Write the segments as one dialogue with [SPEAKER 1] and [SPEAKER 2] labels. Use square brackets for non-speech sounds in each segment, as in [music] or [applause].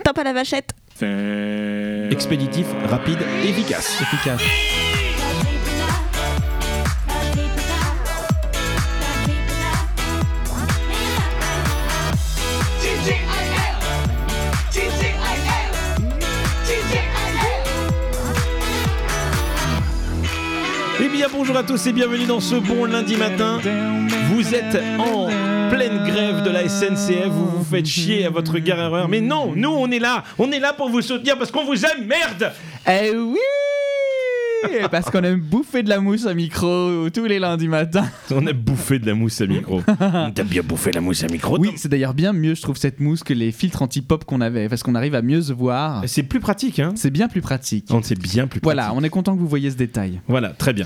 [SPEAKER 1] frappe à la vachette.
[SPEAKER 2] Expéditif, rapide, efficace.
[SPEAKER 3] efficace.
[SPEAKER 2] Eh bien bonjour à tous et bienvenue dans ce bon lundi matin. Vous êtes en pleine grève de la SNCF, vous vous faites chier à votre gare erreur. Mais non, nous on est là, on est là pour vous soutenir parce qu'on vous aime, merde
[SPEAKER 3] Eh oui Parce qu'on aime bouffer de la mousse à micro tous les lundis matins.
[SPEAKER 2] On a bouffé de la mousse à [laughs] micro. T'as bien bouffé la mousse à micro
[SPEAKER 3] Oui, c'est d'ailleurs bien mieux, je trouve, cette mousse que les filtres anti-pop qu'on avait, parce qu'on arrive à mieux se voir.
[SPEAKER 2] Tom C'est plus pratique, hein
[SPEAKER 3] C'est bien plus pratique.
[SPEAKER 2] On c'est bien plus pratique.
[SPEAKER 3] Voilà, on est content que vous voyez ce détail.
[SPEAKER 2] Voilà, très [laughs] bien.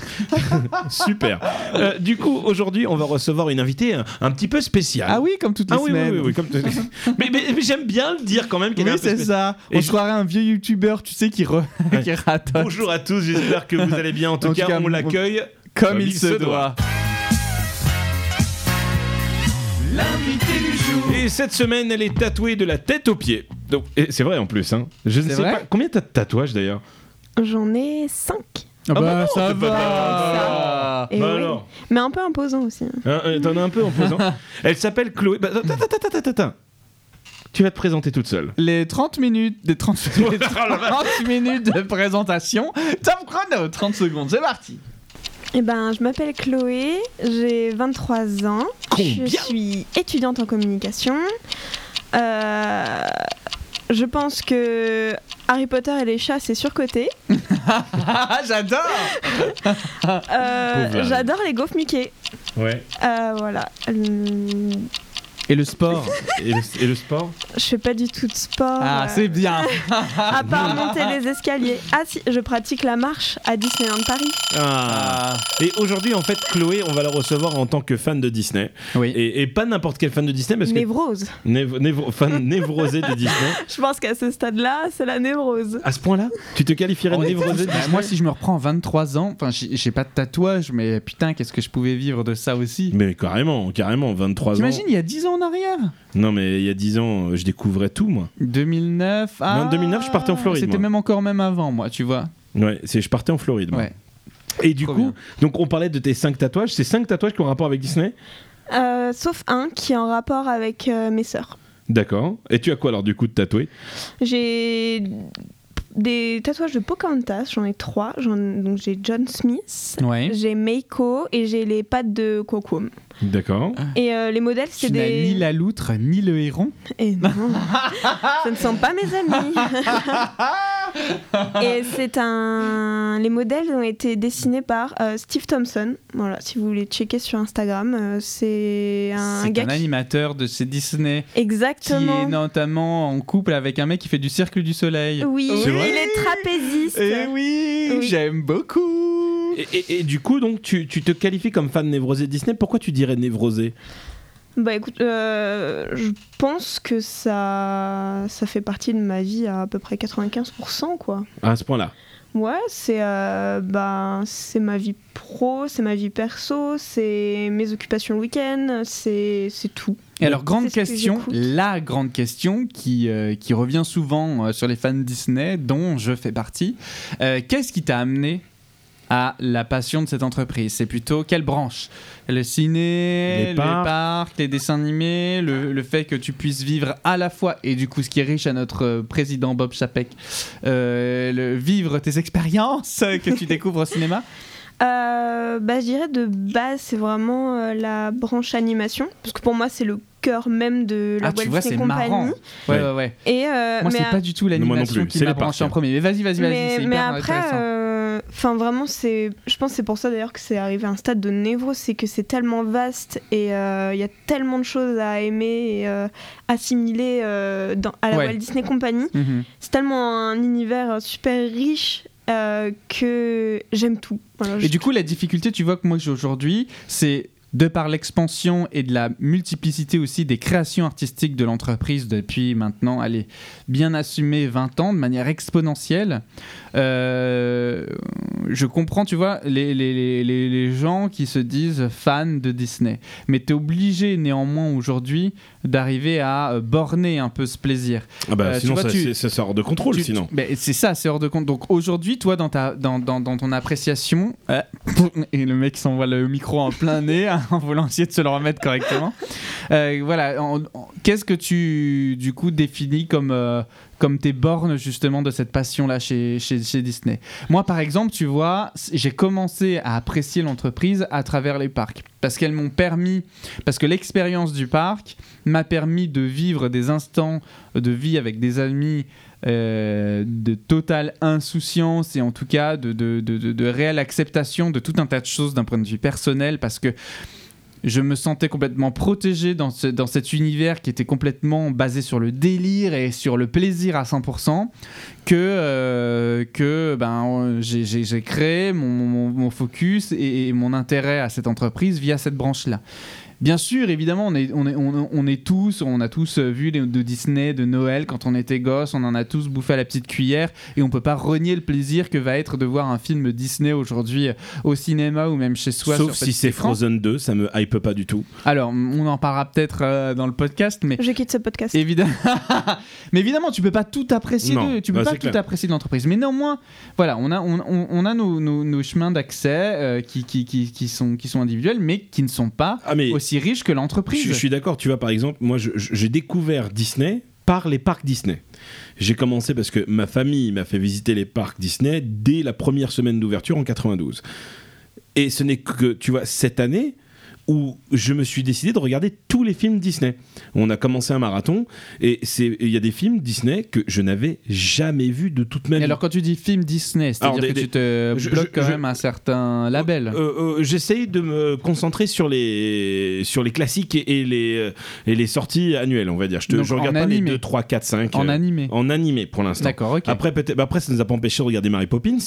[SPEAKER 2] Super. Euh, du coup, aujourd'hui, on va recevoir une invitée un, un petit peu spéciale.
[SPEAKER 3] Ah oui, comme toutes les
[SPEAKER 2] Ah oui, oui,
[SPEAKER 3] semaines.
[SPEAKER 2] oui, oui, comme [laughs] mais mais- mais j'aime bien le dire quand même qu'elle est
[SPEAKER 3] Oui,
[SPEAKER 2] un peu
[SPEAKER 3] c'est
[SPEAKER 2] spéciale.
[SPEAKER 3] ça.
[SPEAKER 2] Et
[SPEAKER 3] On
[SPEAKER 2] je-
[SPEAKER 3] se croirait un vieux youtubeur, tu sais, qui, re... [laughs] qui ratonne.
[SPEAKER 2] Bonjour à tous, j'espère que vous allez bien. En tout,
[SPEAKER 3] En tout
[SPEAKER 2] cas,
[SPEAKER 3] cas,
[SPEAKER 2] on
[SPEAKER 3] on-
[SPEAKER 2] l'accueille
[SPEAKER 3] Comme il se doit.
[SPEAKER 2] Et cette semaine, elle est tatouée de la tête aux pieds. Donc, et c'est vrai en plus. Hein. Je ne
[SPEAKER 3] C'est
[SPEAKER 2] sais
[SPEAKER 3] vrai
[SPEAKER 2] pas combien t'as de tatouages d'ailleurs.
[SPEAKER 1] J'en ai 5.
[SPEAKER 3] Ah
[SPEAKER 2] bah non,
[SPEAKER 3] ça
[SPEAKER 2] c'est pas
[SPEAKER 3] va
[SPEAKER 1] Et
[SPEAKER 2] Bah
[SPEAKER 1] Eh oui.
[SPEAKER 2] alors.
[SPEAKER 1] Mais un peu imposant aussi. hein.
[SPEAKER 2] Hein, euh, T'en as un peu en [laughs] posant. elle s'appelle Chloé. Bah, attends, attends, attends, attends, attends. Tu vas te présenter toute [laughs] seule.
[SPEAKER 3] Les 30 minutes,
[SPEAKER 2] [laughs]
[SPEAKER 3] des 30, les 30 minutes de présentation, top chrono, 30 euh, secondes, c'est parti.
[SPEAKER 1] Eh ben, je m'appelle Chloé, j'ai 23 ans. je
[SPEAKER 2] Combien
[SPEAKER 1] suis étudiante en communication. Euh, je pense que Harry Potter et les chats, c'est surcoté.
[SPEAKER 3] Ah, j'adore
[SPEAKER 1] Euh,
[SPEAKER 2] Pauvre Harry.
[SPEAKER 1] J'adore les gaufres Mickey.
[SPEAKER 2] Ouais.
[SPEAKER 1] Euh, voilà. Euh,
[SPEAKER 3] Et le sport
[SPEAKER 2] Et le, et le sport
[SPEAKER 1] Je fais pas du tout de sport.
[SPEAKER 3] Ah,
[SPEAKER 1] euh,
[SPEAKER 3] c'est bien
[SPEAKER 1] À part monter les escaliers. Ah si, je pratique la marche à Disneyland Paris.
[SPEAKER 2] Ah.
[SPEAKER 3] Ah,
[SPEAKER 2] Et aujourd'hui, en fait, Chloé, on va la recevoir en tant que fan de Disney.
[SPEAKER 3] Oui.
[SPEAKER 2] Et, et pas n'importe quel fan de Disney, parce que.
[SPEAKER 1] Névrose. [laughs]
[SPEAKER 2] Név- névro-
[SPEAKER 3] [laughs]
[SPEAKER 2] fan névrosé de Disney.
[SPEAKER 1] Je pense qu'à ce stade-là, c'est la névrose.
[SPEAKER 2] À ce point-là, tu te qualifierais de névrosé de
[SPEAKER 3] Bah,
[SPEAKER 2] Disney
[SPEAKER 3] moi, si je me reprends 23 ans, enfin, j'ai j'ai pas de tatouage, mais putain, qu'est-ce que je pouvais vivre de ça aussi
[SPEAKER 2] Mais carrément, carrément, 23 ans.
[SPEAKER 3] T'imagines, il y a 10 ans en arrière
[SPEAKER 2] Non, mais il y a 10 ans, euh, je découvrais tout, moi.
[SPEAKER 3] 2009, ah,
[SPEAKER 2] Non, 2009, je partais en Floride,
[SPEAKER 3] C'était
[SPEAKER 2] moi.
[SPEAKER 3] même encore même avant, moi, tu vois.
[SPEAKER 2] Ouais, c'est je partais en Floride. moi.
[SPEAKER 3] Ouais.
[SPEAKER 2] Et du
[SPEAKER 3] Trop
[SPEAKER 2] coup,
[SPEAKER 3] bien.
[SPEAKER 2] donc on parlait de tes 5 tatouages. C'est 5 tatouages qui ont rapport avec Disney
[SPEAKER 1] Euh, sauf un qui est en rapport avec euh, mes sœurs.
[SPEAKER 2] D'accord. Et tu as quoi alors du coup de tatoué
[SPEAKER 1] J'ai des tatouages de Pocahontas, j'en ai trois. J'en- Donc j'ai John Smith,
[SPEAKER 3] Ouais.
[SPEAKER 1] j'ai Meiko et j'ai les pattes de Kokum.
[SPEAKER 2] D'accord.
[SPEAKER 1] Et euh, les modèles, c'est
[SPEAKER 3] Ah. Tu n'as
[SPEAKER 1] des...
[SPEAKER 3] ni la loutre, ni le héron.
[SPEAKER 1] Eh non. Ce ne sont pas mes
[SPEAKER 3] [laughs]
[SPEAKER 1] amis. Et c'est un. Les modèles ont été dessinés par euh, Steve Thompson. Voilà, si vous voulez checker sur Instagram, euh, c'est un,
[SPEAKER 3] C'est
[SPEAKER 1] gars.
[SPEAKER 3] un
[SPEAKER 1] qui-
[SPEAKER 3] animateur de chez Disney. qui
[SPEAKER 1] Exactement.
[SPEAKER 3] est notamment en couple avec un mec qui fait du cirque du soleil.
[SPEAKER 1] Oui,
[SPEAKER 2] C'est vrai
[SPEAKER 1] il est trapéziste.
[SPEAKER 3] Eh oui,
[SPEAKER 1] Oui.
[SPEAKER 3] j'aime beaucoup.
[SPEAKER 2] Et, et- et du coup, donc tu, tu te qualifies comme fan névrosé de Disney. Pourquoi tu dirais névrosé
[SPEAKER 1] Bah écoute, euh, je pense que ça, ça fait partie de ma vie à à peu près 95%, quoi.
[SPEAKER 2] à ce point-là
[SPEAKER 1] Ouais, c'est euh, bah, c'est ma vie pro, c'est ma vie perso, c'est mes occupations le week-end, c'est c'est tout.
[SPEAKER 3] Et alors, grande
[SPEAKER 1] C'est ce que
[SPEAKER 3] question,
[SPEAKER 1] j'écoute.
[SPEAKER 3] la grande question qui, euh, qui revient souvent euh, sur les fans Disney, dont je fais partie. Euh, Qu'est-ce qui t'a amené à la passion de cette entreprise C'est plutôt quelle branche Le ciné,
[SPEAKER 2] Les parcs.
[SPEAKER 3] les dessins animés, le, le fait que tu puisses vivre à la fois, et du coup, ce qui est riche à notre euh, président Bob Chapek, euh, le, vivre tes expériences
[SPEAKER 1] [laughs]
[SPEAKER 3] euh, que tu découvres au cinéma.
[SPEAKER 1] Euh, bah, je dirais de base, c'est vraiment euh, la branche animation, parce que pour moi, c'est le cœur même de la
[SPEAKER 3] ah,
[SPEAKER 1] Walt
[SPEAKER 3] tu vois,
[SPEAKER 1] Disney
[SPEAKER 3] c'est
[SPEAKER 1] Company.
[SPEAKER 3] marrant. Ouais,
[SPEAKER 2] Ouais.
[SPEAKER 3] ouais, ouais.
[SPEAKER 1] Et, euh,
[SPEAKER 3] Moi,
[SPEAKER 1] mais
[SPEAKER 3] c'est
[SPEAKER 1] à-
[SPEAKER 3] pas du tout
[SPEAKER 2] moi non
[SPEAKER 3] l'animation
[SPEAKER 2] plus,
[SPEAKER 3] qui
[SPEAKER 2] c'est
[SPEAKER 3] m'a
[SPEAKER 2] les
[SPEAKER 3] branché en
[SPEAKER 2] parcs.
[SPEAKER 3] premier. Mais vas-y, vas-y, vas-y,
[SPEAKER 1] mais,
[SPEAKER 3] c'est
[SPEAKER 1] mais
[SPEAKER 3] hyper
[SPEAKER 1] après,
[SPEAKER 3] intéressant.
[SPEAKER 1] euh, enfin vraiment, c'est, je pense que c'est pour ça d'ailleurs que c'est arrivé à un stade de névrose, c'est que c'est tellement vaste et euh, il y a tellement de choses à aimer et euh, assimiler euh, dans, à la
[SPEAKER 3] Ouais.
[SPEAKER 1] Walt Disney Company.
[SPEAKER 3] Mhm.
[SPEAKER 1] C'est tellement un univers euh, super riche euh, que j'aime tout. Voilà, je-
[SPEAKER 3] Et du coup, la difficulté, tu vois, que moi j'ai aujourd'hui, c'est de par l'expansion et de la multiplicité aussi des créations artistiques de l'entreprise depuis maintenant, allez, bien assumé 20 ans de manière exponentielle. Euh, je comprends, tu vois, les, les, les- les- les gens qui se disent fans de Disney. Mais tu es obligé néanmoins aujourd'hui d'arriver à euh, borner un peu ce plaisir.
[SPEAKER 2] Ah bah,
[SPEAKER 3] Euh, tu
[SPEAKER 2] sinon,
[SPEAKER 3] vois,
[SPEAKER 2] ça,
[SPEAKER 3] tu-
[SPEAKER 2] c'est- ça sort de contrôle,
[SPEAKER 3] Tu-
[SPEAKER 2] sinon.
[SPEAKER 3] tu- ben, c'est ça, c'est hors de compte. Donc aujourd'hui, toi, dans, ta, dans, dans, dans ton appréciation, euh, [laughs] et le mec s'envoie le micro en plein nez [laughs] en voulant essayer de se le remettre correctement. Euh, voilà, en- en- qu'est-ce que tu, du coup, définis comme, euh, comme tes bornes, justement, de cette passion-là chez, chez, chez Disney Moi, par exemple, tu vois, c- j'ai commencé à apprécier l'entreprise à travers les parcs. Parce qu'elles m'ont permis, parce que l'expérience du parc m'a permis de vivre des instants de vie avec des amis euh, de totale insouciance et en tout cas de, de, de- de- de réelle acceptation de tout un tas de choses d'un point de vue personnel parce que je me sentais complètement protégé dans, ce- dans cet univers qui était complètement basé sur le délire et sur le plaisir à 100% que, euh, que ben, on- j'ai- j'ai j'ai créé mon, mon- mon focus et, et mon intérêt à cette entreprise via cette branche-là. Bien sûr, évidemment, on est, on, est, on, on est tous, on a tous euh, vu les, de Disney, de Noël, quand on était gosse, on en a tous bouffé à la petite cuillère, et on peut pas renier le plaisir que va être de voir un film Disney aujourd'hui euh, au cinéma ou même chez soi.
[SPEAKER 2] Sauf
[SPEAKER 3] sur
[SPEAKER 2] si
[SPEAKER 3] petit
[SPEAKER 2] c'est
[SPEAKER 3] écran.
[SPEAKER 2] Frozen 2, ça me hype pas du tout.
[SPEAKER 3] Alors, on en parlera peut-être euh, dans le podcast, mais
[SPEAKER 1] Je quitte ce podcast.
[SPEAKER 3] évidemment, [laughs] mais évidemment, tu peux pas tout apprécier
[SPEAKER 2] Non,
[SPEAKER 3] de, tu peux
[SPEAKER 2] bah,
[SPEAKER 3] pas
[SPEAKER 2] c'est
[SPEAKER 3] tout
[SPEAKER 2] clair.
[SPEAKER 3] apprécier de l'entreprise. Mais néanmoins, voilà, on a, on, on- on a nos, nos- nos chemins d'accès euh, qui, qui, qui, qui sont, qui sont individuels, mais qui ne sont pas
[SPEAKER 2] Ah, mais
[SPEAKER 3] aussi riches que l'entreprise.
[SPEAKER 2] Je, je suis d'accord, tu vois, par exemple, moi, je- je- j'ai découvert Disney par les parcs Disney. J'ai commencé parce que ma famille m'a fait visiter les parcs Disney dès la première semaine d'ouverture en 92. Et ce n'est que, tu vois, cette année où je me suis décidé de regarder tous les films Disney. On a commencé un marathon et c'est- il y a des films Disney que je n'avais jamais vus de toute ma
[SPEAKER 3] Et
[SPEAKER 2] vie.
[SPEAKER 3] alors quand tu dis film Disney,
[SPEAKER 2] Alors,
[SPEAKER 3] c'est-à-dire
[SPEAKER 2] des-
[SPEAKER 3] que
[SPEAKER 2] des-
[SPEAKER 3] tu te
[SPEAKER 2] je-
[SPEAKER 3] bloques
[SPEAKER 2] je-
[SPEAKER 3] quand
[SPEAKER 2] je-
[SPEAKER 3] même un certain label.
[SPEAKER 2] Euh, euh, J'essaye de me concentrer sur les, sur les classiques et, et les, et les sorties annuelles, on va dire. Je ne
[SPEAKER 3] Donc,
[SPEAKER 2] regarde
[SPEAKER 3] en
[SPEAKER 2] pas
[SPEAKER 3] animé.
[SPEAKER 2] les 2, 3, 4, 5.
[SPEAKER 3] en animé.
[SPEAKER 2] euh, en animé pour l'instant.
[SPEAKER 3] D'accord, ok.
[SPEAKER 2] Après, peut après, ça ne nous a pas empêché de regarder Mary Poppins,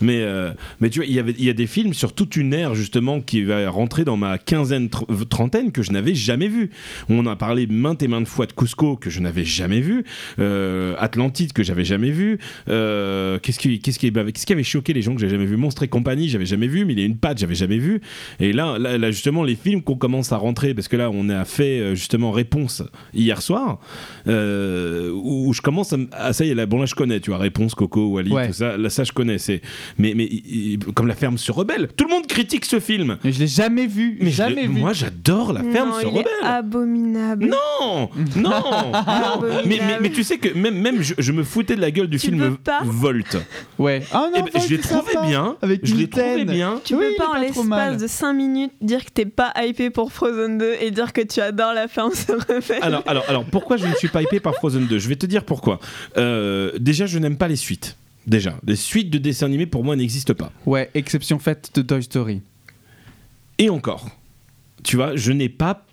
[SPEAKER 2] mais, euh, mais tu vois, il y, avait, il y a des films sur toute une ère, justement, qui va rentrer dans ma quinzaine, tr- trentaine, que je n'avais jamais vu. On a parlé maintes et maintes fois de Cusco, que je n'avais jamais vu, euh, Atlantide, que j'avais jamais vu. euh, Qu'est-ce qui, qu'est-ce qui, bah, qu'est-ce qui avait choqué les gens que j'avais jamais vu Monstre et compagnie, j'avais jamais vu, mais il y a une patte, j'avais jamais vu. Et là, là, là, justement, les films qu'on commence à rentrer, parce que là, on a fait euh, justement réponse hier soir, euh, où, où je commence à, m- ah, ça y est là bon là je connais tu vois réponse Coco Wally
[SPEAKER 3] Ouais.
[SPEAKER 2] tout ça là ça je connais c'est mais mais il- il- comme la ferme se rebelle tout le monde critique ce film
[SPEAKER 3] Mais je l'ai jamais vu,
[SPEAKER 2] mais je-
[SPEAKER 3] jamais vu.
[SPEAKER 2] moi j'adore la ferme
[SPEAKER 1] non,
[SPEAKER 2] se
[SPEAKER 1] il
[SPEAKER 2] rebelle
[SPEAKER 1] est abominable.
[SPEAKER 3] [laughs]
[SPEAKER 2] non non, non.
[SPEAKER 1] Abominable.
[SPEAKER 2] mais, mais, mais tu sais que même même je, je me foutais de la gueule du
[SPEAKER 1] Bah Tu
[SPEAKER 2] film
[SPEAKER 1] peux pas. [laughs]
[SPEAKER 2] Volt
[SPEAKER 3] Ouais. Ah non,
[SPEAKER 2] Eh ben,
[SPEAKER 3] faut
[SPEAKER 2] je l'ai
[SPEAKER 3] que ça
[SPEAKER 2] trouvé
[SPEAKER 3] va.
[SPEAKER 2] bien
[SPEAKER 3] Avec
[SPEAKER 2] je l'ai
[SPEAKER 3] Mitaine.
[SPEAKER 2] trouvé bien
[SPEAKER 1] Tu
[SPEAKER 3] Oui, il
[SPEAKER 1] peux
[SPEAKER 3] est
[SPEAKER 1] pas en
[SPEAKER 3] pas trop mal.
[SPEAKER 1] l'espace de 5 minutes dire que t'es pas hypé pour Frozen 2 et dire que tu adores la ferme se rebelle.
[SPEAKER 2] alors, alors, alors, pourquoi je ne suis pas hypé par Frozen 2 Je vais te dire pourquoi. Euh, déjà, je n'aime pas les suites. Déjà, les suites de dessins animés pour moi n'existent pas.
[SPEAKER 3] Ouais, exception faite de Toy Story.
[SPEAKER 2] Et encore, tu vois, je n'ai pas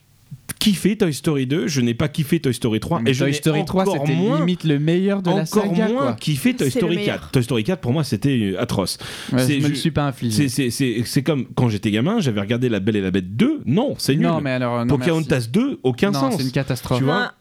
[SPEAKER 2] kiffé Toy Story 2, je n'ai pas kiffé Toy Story 3,
[SPEAKER 3] Mais
[SPEAKER 2] et je
[SPEAKER 3] Toy
[SPEAKER 2] n'ai
[SPEAKER 3] Story 3,
[SPEAKER 2] encore
[SPEAKER 3] c'était
[SPEAKER 2] moins,
[SPEAKER 3] limite le meilleur de la
[SPEAKER 2] encore
[SPEAKER 3] saga.
[SPEAKER 2] moins
[SPEAKER 3] quoi.
[SPEAKER 2] kiffé Toy
[SPEAKER 1] C'est le
[SPEAKER 2] Story
[SPEAKER 1] meilleur.
[SPEAKER 2] 4. Toy Story 4, pour moi, c'était euh, atroce.
[SPEAKER 3] Ouais,
[SPEAKER 2] c'est-
[SPEAKER 3] je me
[SPEAKER 2] je-
[SPEAKER 3] le suis pas infligé.
[SPEAKER 2] C'est- C'est c'est- c'est comme quand j'étais gamin, j'avais regardé La Belle et la Bête 2, non, c'est nul.
[SPEAKER 3] Non, mais alors. Non, merci.
[SPEAKER 2] Pocahontas 2, aucun
[SPEAKER 3] Non,
[SPEAKER 2] sens.
[SPEAKER 3] c'est une catastrophe.
[SPEAKER 2] Tu vois
[SPEAKER 1] Ben,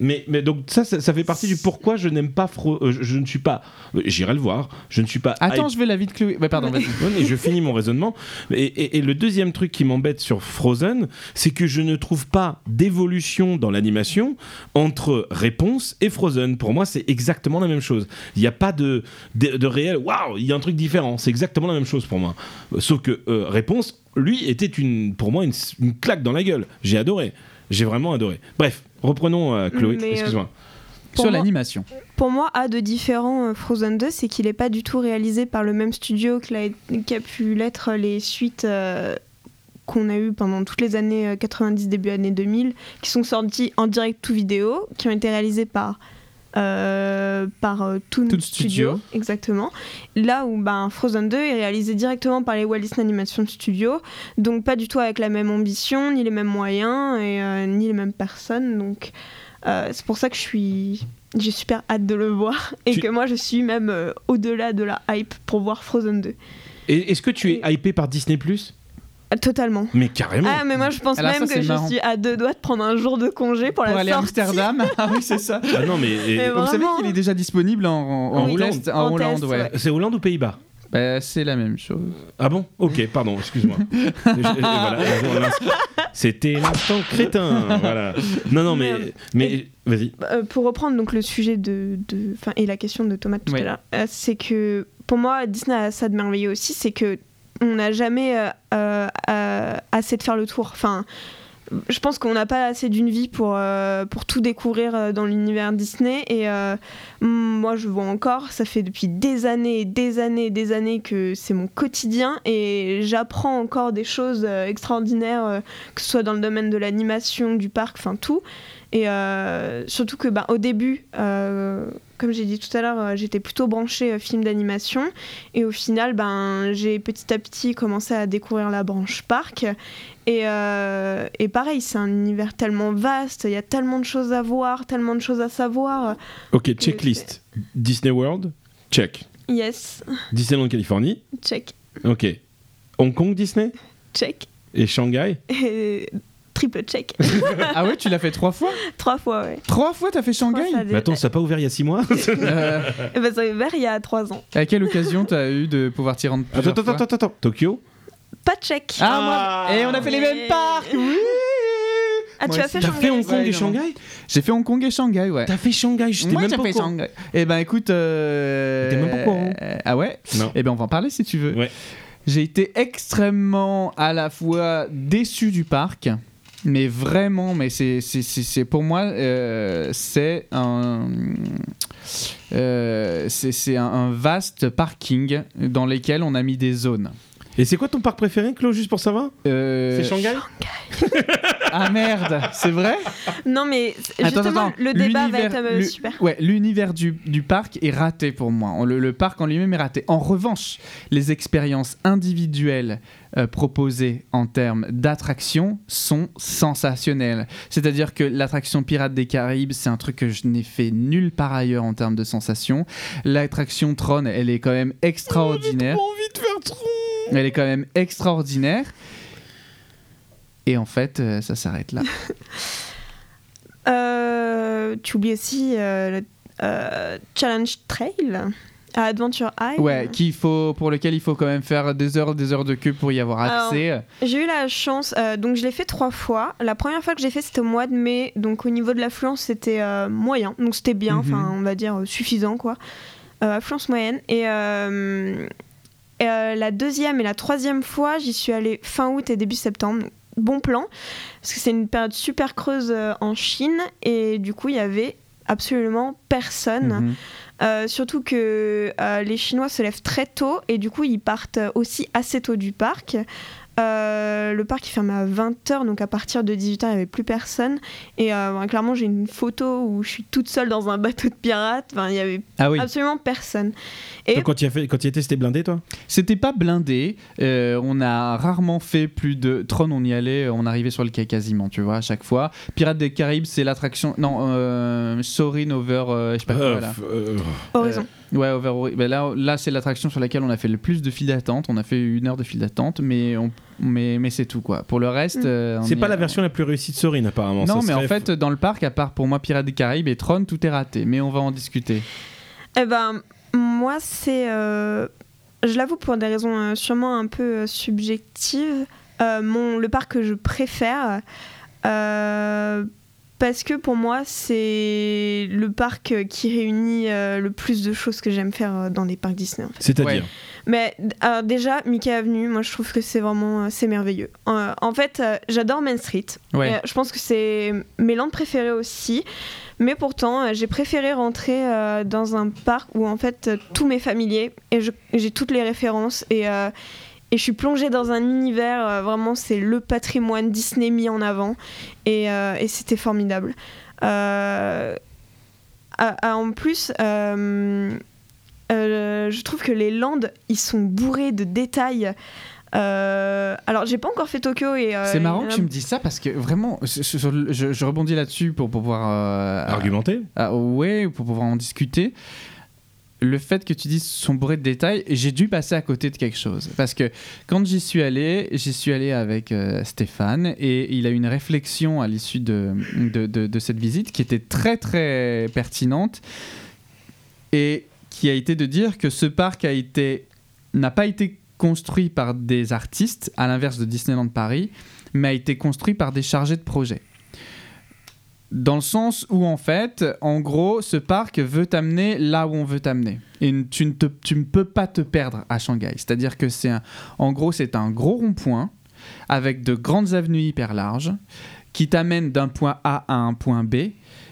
[SPEAKER 2] Mais, mais donc ça, ça, ça fait partie du pourquoi je n'aime pas Fro- euh, je, je ne suis pas euh, j'irai le voir je ne suis pas
[SPEAKER 3] Attends,
[SPEAKER 2] hype-
[SPEAKER 3] je vais la vite Chloé. Ouais, pardon, vas-y.
[SPEAKER 2] Ouais, mais je finis mon raisonnement et, et- et le deuxième truc qui m'embête sur Frozen c'est que je ne trouve pas d'évolution dans l'animation entre Réponse et Frozen pour moi c'est exactement la même chose il n'y a pas de, de, de réel waouh il y a un truc différent c'est exactement la même chose pour moi sauf que euh, Réponse lui était une pour moi une, une claque dans la gueule j'ai adoré j'ai vraiment adoré bref reprenons euh, Chloé
[SPEAKER 1] Mais, euh,
[SPEAKER 2] excuse-moi
[SPEAKER 1] Pour
[SPEAKER 3] Sur
[SPEAKER 1] moi-
[SPEAKER 3] l'animation.
[SPEAKER 1] Pour moi, un de différent euh, Frozen 2, c'est qu'il n'est pas du tout réalisé par le même studio que l'a- qu'a pu l'être les suites euh, qu'on a eues pendant toutes les années euh, 90, début années 2000, qui sont sorties en direct tout vidéo, qui ont été réalisées par, euh, par euh, Toon, studio.
[SPEAKER 3] Toon Studio.
[SPEAKER 1] Exactement. Là où ben, Frozen 2 est réalisé directement par les Walt Disney Animation Studio, donc pas du tout avec la même ambition, ni les mêmes moyens, et, euh, ni les mêmes personnes. Donc euh, c'est pour ça que je suis j'ai super hâte de le voir [laughs] et
[SPEAKER 2] Tu-
[SPEAKER 1] que moi je suis même euh, au-delà de la hype pour voir Frozen 2.
[SPEAKER 2] Et- Est-ce que tu es hypé par Disney Plus
[SPEAKER 1] Ah, Totalement.
[SPEAKER 2] Mais carrément.
[SPEAKER 1] Ah, mais moi, je pense
[SPEAKER 3] Alors ça,
[SPEAKER 1] même
[SPEAKER 3] c'est
[SPEAKER 1] que
[SPEAKER 3] marrant.
[SPEAKER 1] je suis à deux doigts de prendre un jour de congé pour,
[SPEAKER 3] Pour
[SPEAKER 1] la
[SPEAKER 3] aller à
[SPEAKER 1] sortie.
[SPEAKER 2] [laughs]
[SPEAKER 3] Amsterdam Ah oui, c'est ça.
[SPEAKER 2] Ah non, mais. et-
[SPEAKER 1] Mais bon.
[SPEAKER 3] Vous savez
[SPEAKER 1] Vraiment.
[SPEAKER 3] qu'il est déjà disponible en, en,
[SPEAKER 2] En
[SPEAKER 3] en
[SPEAKER 2] Hollande.
[SPEAKER 3] test, en
[SPEAKER 1] En
[SPEAKER 3] Hollande,
[SPEAKER 1] test,
[SPEAKER 3] ouais.
[SPEAKER 1] ouais.
[SPEAKER 2] C'est Hollande ou Pays-Bas
[SPEAKER 3] Bah, c'est la même chose.
[SPEAKER 2] Ah bon Ok, pardon, excuse-moi.
[SPEAKER 3] [laughs]
[SPEAKER 2] Je- je- voilà, C'était l'instant crétin. Voilà. Non, non, mais. mais Vas-y.
[SPEAKER 1] Euh, pour reprendre donc le sujet de, de- enfin, et la question de Thomas tout
[SPEAKER 3] Oui.
[SPEAKER 1] à l'heure, euh, c'est que pour moi Disney a ça de merveilleux aussi, c'est que on n'a jamais euh, euh, euh, assez de faire le tour. Enfin, je pense qu'on n'a pas assez d'une vie pour euh, pour tout découvrir euh, dans l'univers Disney. Et euh, moi, je vois encore, ça fait depuis des années, et des années, et des années que c'est mon quotidien et j'apprends encore des choses euh, extraordinaires, euh, que ce soit dans le domaine de l'animation, du parc, enfin tout. Et euh, surtout que bah, au début, euh, comme j'ai dit tout à l'heure, euh, j'étais plutôt branchée euh, film d'animation. Et au final, ben, j'ai petit à petit commencé à découvrir la branche parc. Et, euh, et pareil, c'est un univers tellement vaste, il y a tellement de choses à voir, tellement de choses à savoir.
[SPEAKER 2] Ok, checklist. Disney World, check.
[SPEAKER 1] Yes,
[SPEAKER 2] Disneyland Californie,
[SPEAKER 1] check,
[SPEAKER 2] ok. Hong Kong Disney
[SPEAKER 1] check. [laughs]
[SPEAKER 2] et Shanghai
[SPEAKER 1] Et triple check. [laughs]
[SPEAKER 3] ah ouais, tu l'as fait trois fois
[SPEAKER 1] Trois fois, ouais.
[SPEAKER 3] Trois fois, t'as fait
[SPEAKER 1] Trois
[SPEAKER 3] Shanghai
[SPEAKER 1] fois,
[SPEAKER 2] Mais attends, ça n'a pas ouvert il y a 6 mois
[SPEAKER 3] Euh,
[SPEAKER 1] Eh ben, ça a ouvert il y a trois ans.
[SPEAKER 3] À quelle occasion t'as eu de pouvoir t'y rendre
[SPEAKER 2] [laughs] Attends,
[SPEAKER 3] plusieurs
[SPEAKER 2] attends,
[SPEAKER 3] fois
[SPEAKER 2] attends, attends. Tokyo
[SPEAKER 1] Pas check.
[SPEAKER 3] Ah, moi-
[SPEAKER 2] Ah.
[SPEAKER 3] Et on a fait les mêmes parcs Oui
[SPEAKER 1] Ah, tu
[SPEAKER 3] moi
[SPEAKER 1] as fait
[SPEAKER 3] aussi.
[SPEAKER 2] T'as
[SPEAKER 1] Shanghai
[SPEAKER 2] fait Hong
[SPEAKER 1] aussi
[SPEAKER 2] Kong et
[SPEAKER 3] Ouais,
[SPEAKER 2] Shanghai
[SPEAKER 3] J'ai fait Hong Kong et Shanghai, ouais.
[SPEAKER 2] T'as fait Shanghai, je t'ai
[SPEAKER 3] Moi,
[SPEAKER 2] même
[SPEAKER 3] j'ai
[SPEAKER 2] pas
[SPEAKER 3] fait
[SPEAKER 2] au courant.
[SPEAKER 3] Shanghai. Eh ben écoute. Euh...
[SPEAKER 2] T'es même pas au courant.
[SPEAKER 3] euh, Ah ouais
[SPEAKER 2] Non.
[SPEAKER 3] Eh ben on va en parler si tu veux.
[SPEAKER 2] Ouais.
[SPEAKER 3] J'ai été extrêmement à la fois déçu du parc. Mais vraiment, mais c'est c'est- c'est- c'est- pour moi, euh, c'est un, euh, c'est- c'est un, un vaste parking dans lequel on a mis des zones.
[SPEAKER 2] Et c'est quoi ton parc préféré, Claude, juste pour savoir
[SPEAKER 3] Euh,
[SPEAKER 2] C'est Shanghai
[SPEAKER 3] Ah merde, c'est vrai
[SPEAKER 1] Non, mais
[SPEAKER 3] Attends,
[SPEAKER 1] justement,
[SPEAKER 3] attends.
[SPEAKER 1] le débat va
[SPEAKER 3] L'univers-
[SPEAKER 1] être euh,
[SPEAKER 3] l'u-
[SPEAKER 1] super.
[SPEAKER 3] Ouais, l'univers du, du parc est raté pour moi. On- Le, le parc en lui-même est raté. En revanche, les expériences individuelles euh, proposées en termes d'attractions sont sensationnelles. C'est-à-dire que l'attraction Pirates des Caraïbes, c'est un truc que je n'ai fait nulle part ailleurs en termes de sensations. L'attraction Tron, elle est quand même extraordinaire.
[SPEAKER 2] envie de faire trop
[SPEAKER 3] Elle est quand même extraordinaire. Et en fait, euh, ça s'arrête là.
[SPEAKER 1] Euh, tu oublies aussi euh, le- euh, Challenge Trail à Adventure High.
[SPEAKER 3] Ouais, qu'il faut, pour lequel il faut quand même faire des heures, des heures de queue pour y avoir
[SPEAKER 1] Alors,
[SPEAKER 3] accès.
[SPEAKER 1] J'ai eu la chance, euh, donc je l'ai fait trois fois. La première fois que j'ai fait, c'était au mois de mai, donc au niveau de l'affluence, c'était euh, moyen, donc c'était bien,
[SPEAKER 3] Mhm.
[SPEAKER 1] enfin on va dire euh, suffisant quoi. Euh, affluence moyenne. Et, euh, et, euh, la deuxième et la troisième fois, j'y suis allée fin août et début septembre. donc Bon plan, parce que c'est une période super creuse euh, en Chine et du coup il y avait absolument personne.
[SPEAKER 3] Mhm.
[SPEAKER 1] Euh, surtout que euh, les Chinois se lèvent très tôt et du coup ils partent euh, aussi assez tôt du parc. Euh, le parc il ferme à 20h, donc à partir de 18h il n'y avait plus personne. Et euh, ben, clairement j'ai une photo où je suis toute seule dans un bateau de pirates, Enfin, il n'y avait
[SPEAKER 3] Ah oui,
[SPEAKER 1] absolument personne.
[SPEAKER 2] Toi, quand tu y as fait- quand tu y étais, c'était blindé, toi
[SPEAKER 3] c'était pas blindé. euh, on a rarement fait plus de Tron. On y allait, on arrivait sur le quai quasiment, tu vois, à chaque fois. Pirates des Caraïbes, c'est l'attraction. Non, euh, Soarin' over, euh, je sais pas quoi,
[SPEAKER 2] Euh,
[SPEAKER 3] là.
[SPEAKER 2] f- euh,
[SPEAKER 1] Horizon.
[SPEAKER 3] Euh, ouais, over. Ori- ben là, là c'est l'attraction sur laquelle on a fait le plus de files d'attente. On a fait une heure de file d'attente, mais on, mais, mais c'est tout quoi. Pour le reste,
[SPEAKER 1] Mm.
[SPEAKER 3] euh, on
[SPEAKER 2] C'est
[SPEAKER 3] y
[SPEAKER 2] pas
[SPEAKER 3] a-
[SPEAKER 2] la version la plus réussie de Sorin, apparemment. Ça
[SPEAKER 3] Non, mais en
[SPEAKER 2] serait-
[SPEAKER 3] fait, dans le parc, à part pour moi Pirates des Caraïbes et Tron, tout est raté. Mais on va en discuter.
[SPEAKER 1] Eh ben, moi, c'est. euh, je l'avoue, pour des raisons euh, sûrement un peu euh, subjectives, euh, mon, le parc que je préfère. euh, parce que pour moi, c'est le parc euh, qui réunit euh, le plus de choses que j'aime faire euh, dans les parcs Disney. en fait.
[SPEAKER 2] C'est-à-dire
[SPEAKER 1] Mais d- alors déjà, Mickey Avenue, moi je trouve que c'est vraiment euh, c'est merveilleux. Euh, en fait, euh, j'adore Main Street.
[SPEAKER 3] Ouais.
[SPEAKER 1] Euh, je pense que c'est mes landes préférées aussi. Mais pourtant, euh, j'ai préféré rentrer euh, dans un parc où en fait euh, tous mes familiers et je- j'ai toutes les références et, euh, et je suis plongée dans un univers euh, vraiment c'est le patrimoine Disney mis en avant et, euh, et c'était formidable. Euh, ah, ah, en plus, euh, euh, je trouve que les landes ils sont bourrés de détails. Euh, alors j'ai pas encore fait Tokyo et euh,
[SPEAKER 3] C'est marrant
[SPEAKER 1] et-
[SPEAKER 3] que tu me dis ça parce que vraiment, je, je- je- je
[SPEAKER 2] Ah.
[SPEAKER 3] rebondis là-dessus pour, pour pouvoir. euh,
[SPEAKER 2] Argumenter
[SPEAKER 3] ah, ouais, pour pouvoir en discuter. le fait que tu dises sont bourrés de détails, j'ai dû passer à côté de quelque chose. Parce que quand j'y suis allé, j'y suis allé avec euh, Stéphane et il a eu une réflexion à l'issue de, de, de- de cette visite qui était très très pertinente et qui a été de dire que ce parc a été n'a pas été construit par des artistes, à l'inverse de Disneyland Paris, mais a été construit par des chargés de projet. Dans le sens où, en fait, en gros, ce parc veut t'amener là où on veut t'amener. Et n- tu ne, te- tu ne peux pas te perdre à Shanghai. C'est-à-dire que c'est un- en gros, c'est un gros rond-point avec de grandes avenues hyper larges qui t'amènent d'un point A à un point B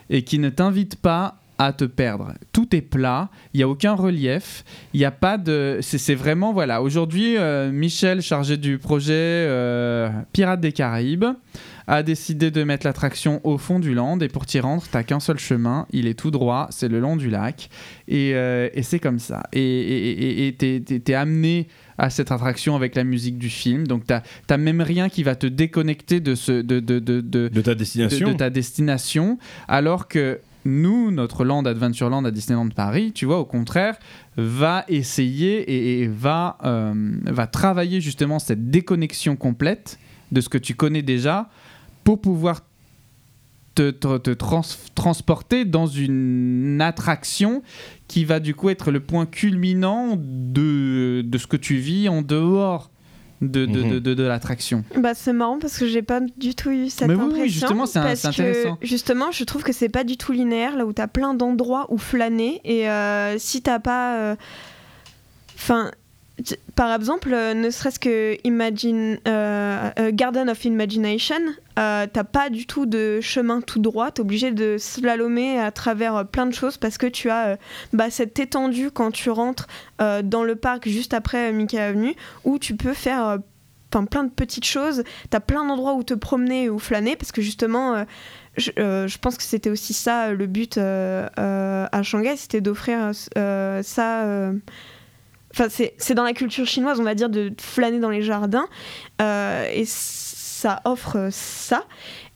[SPEAKER 3] et qui ne t'invite pas à te perdre. Tout est plat, il n'y a aucun relief, il n'y a pas de... C'est c'est vraiment, voilà, aujourd'hui, euh, Michel, chargé du projet euh, Pirates des Caraïbes, a décidé de mettre l'attraction au fond du land et pour t'y rendre, t'as qu'un seul chemin, il est tout droit, c'est le long du lac et, euh, et c'est comme ça. Et- Et et- et t'es t'es- t'es amené à cette attraction avec la musique du film, donc t'as t'as même rien qui va te déconnecter de ce... de- de- de- de,
[SPEAKER 2] De ta
[SPEAKER 3] de,
[SPEAKER 2] destination
[SPEAKER 3] de ta destination, alors que nous, notre land Adventureland à Disneyland Paris, tu vois, au contraire, va essayer et, et va, euh, va travailler justement cette déconnexion complète de ce que tu connais déjà pour pouvoir te, te- te trans- transporter dans une attraction qui va du coup être le point culminant de, de ce que tu vis en dehors de, de-
[SPEAKER 2] Mhm.
[SPEAKER 3] de- de- de l'attraction.
[SPEAKER 1] Bah, c'est marrant parce que j'ai pas du tout eu cette
[SPEAKER 3] Mais oui, oui,
[SPEAKER 1] impression.
[SPEAKER 3] justement, c'est un-
[SPEAKER 1] parce
[SPEAKER 3] c'est
[SPEAKER 1] que,
[SPEAKER 3] intéressant.
[SPEAKER 1] Justement, je trouve que c'est pas du tout linéaire, là où t'as plein d'endroits où flâner. Et euh, si t'as pas. Enfin. par exemple, euh, ne serait-ce que Imagine, euh, euh, Garden of Imagination, euh, t'as pas du tout de chemin tout droit, t'es obligé de slalomer à travers euh, plein de choses parce que tu as euh, bah, cette étendue quand tu rentres euh, dans le parc juste après euh, Mickey Avenue où tu peux faire euh, 'fin, plein de petites choses, t'as plein d'endroits où te promener et où flâner parce que justement, euh, je, euh, je pense que c'était aussi ça euh, le but euh, euh, à Shanghai, c'était d'offrir euh, ça. euh, Enfin, c'est c'est dans la culture chinoise, on va dire, de flâner dans les jardins. euh, et ça offre euh, ça.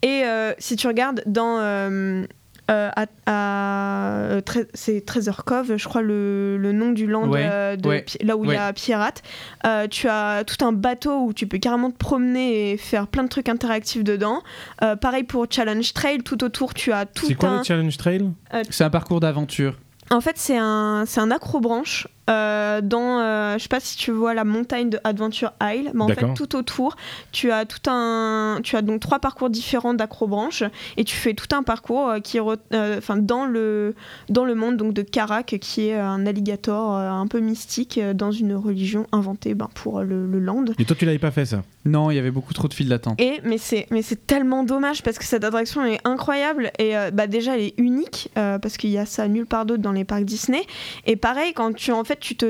[SPEAKER 1] Et euh, si tu regardes dans. euh, euh, à, à- euh, Tre- c'est Treasure Cove, je crois, le, le nom du land
[SPEAKER 3] Ouais,
[SPEAKER 1] euh, de
[SPEAKER 3] ouais,
[SPEAKER 1] Pi- là où il
[SPEAKER 3] ouais.
[SPEAKER 1] y a Pirate. Euh, tu as tout un bateau où tu peux carrément te promener et faire plein de trucs interactifs dedans. Euh, pareil pour Challenge Trail, tout autour, tu as tout
[SPEAKER 2] C'est quoi
[SPEAKER 1] un.
[SPEAKER 2] le Challenge Trail
[SPEAKER 3] C'est un parcours d'aventure.
[SPEAKER 1] En fait, c'est un, c'est un acrobranche euh, dans, euh, je sais pas si tu vois la montagne de Adventure Isle, mais en fait
[SPEAKER 2] D'accord.
[SPEAKER 1] tout autour, tu as tout un, tu as donc trois parcours différents d'acrobranche et tu fais tout un parcours euh, qui, re- euh, enfin dans le dans le monde donc de Karak qui est un alligator euh, un peu mystique euh, dans une religion inventée ben, pour le, le land.
[SPEAKER 2] Et toi, tu l'avais pas fait ça
[SPEAKER 3] Non, il y avait beaucoup trop de files d'attente.
[SPEAKER 1] Et mais c'est mais c'est tellement dommage parce que cette attraction est incroyable et euh, bah déjà elle est unique euh, parce qu'il y a ça nulle part d'autre dans les parcs Disney et pareil quand tu en fait tu te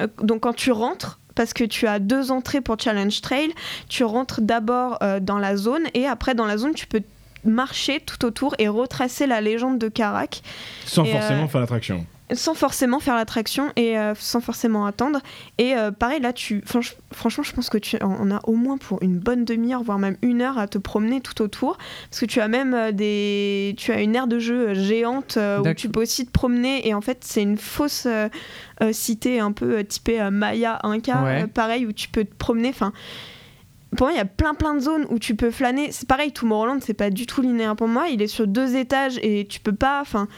[SPEAKER 1] euh, donc quand tu rentres parce que tu as deux entrées pour Challenge Trail, tu rentres d'abord euh, dans la zone et après dans la zone tu peux marcher tout autour et retracer la légende de Karak
[SPEAKER 2] Sans
[SPEAKER 1] Et,
[SPEAKER 2] forcément
[SPEAKER 1] euh,
[SPEAKER 2] faire l'attraction.
[SPEAKER 1] sans forcément faire l'attraction et euh, sans forcément attendre. Et euh, pareil, là, tu, franch- franchement, je pense que tu en, on a au moins pour une bonne demi-heure, voire même une heure à te promener tout autour, parce que tu as même euh, des, tu as une aire de jeu euh, géante euh, où
[SPEAKER 3] D'accord.
[SPEAKER 1] tu peux aussi te promener. Et en fait, c'est une fausse euh, euh, cité un peu euh, typée euh, Maya Inca,
[SPEAKER 3] Ouais.
[SPEAKER 1] euh, pareil où tu peux te promener. Enfin, pour moi, il y a plein plein de zones où tu peux flâner. C'est pareil, Tomorrowland, c'est pas du tout linéaire pour moi. Il est sur deux étages et tu peux pas. Enfin,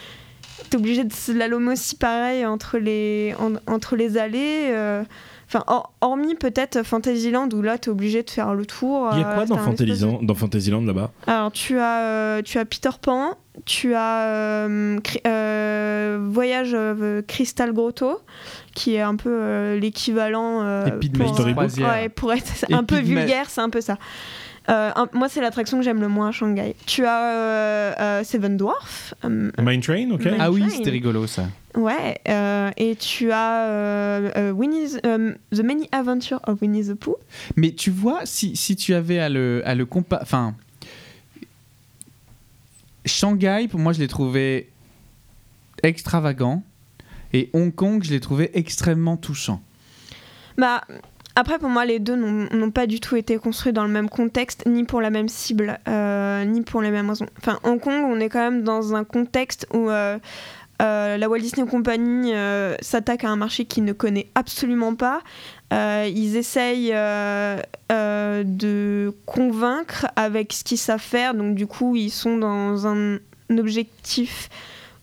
[SPEAKER 1] t'es obligé de slalom aussi pareil entre les en- entre les allées. euh. Enfin, hor- hormis peut-être Fantasyland où là t'es obligé de faire le tour.
[SPEAKER 2] Il y a
[SPEAKER 1] euh,
[SPEAKER 2] quoi dans
[SPEAKER 1] t'as un espèce de-
[SPEAKER 2] Fantasyland, dans Fantasyland là-bas
[SPEAKER 1] Alors tu as euh, tu as Peter Pan, tu as euh, Cri- euh, Voyage euh, Crystal Grotto qui est un peu euh, l'équivalent. euh,
[SPEAKER 3] Epidemic
[SPEAKER 1] pour-
[SPEAKER 2] Storybook.
[SPEAKER 3] Croisière.
[SPEAKER 1] Ouais, pour être [laughs] un peu
[SPEAKER 3] Épidemi-
[SPEAKER 1] vulgaire, c'est un peu ça. Euh, un- moi, c'est l'attraction que j'aime le moins à Shanghai. Tu as euh, euh, Seven Dwarfs, euh,
[SPEAKER 2] Mine Train, ok
[SPEAKER 1] Mais-
[SPEAKER 3] Ah oui,
[SPEAKER 1] Train.
[SPEAKER 3] c'était rigolo ça.
[SPEAKER 1] ouais, euh, et tu as euh, euh, Winnie the, euh, The Many Adventures of Winnie the Pooh.
[SPEAKER 3] Mais tu vois, si, si tu avais à le, à le compa- Enfin. Shanghai, pour moi, je l'ai trouvé extravagant. Et Hong Kong, je l'ai trouvé extrêmement touchant.
[SPEAKER 1] Bah, après, pour moi, les deux n'ont n'ont pas du tout été construits dans le même contexte, ni pour la même cible, euh, ni pour les mêmes raisons. Enfin, Hong Kong, on est quand même dans un contexte où. euh, euh, Euh, la Walt Disney Company euh, s'attaque à un marché qu'il ne connaît absolument pas. Euh, ils essayent euh, euh, de convaincre avec ce qu'ils savent faire. Donc du coup, ils sont dans un, un objectif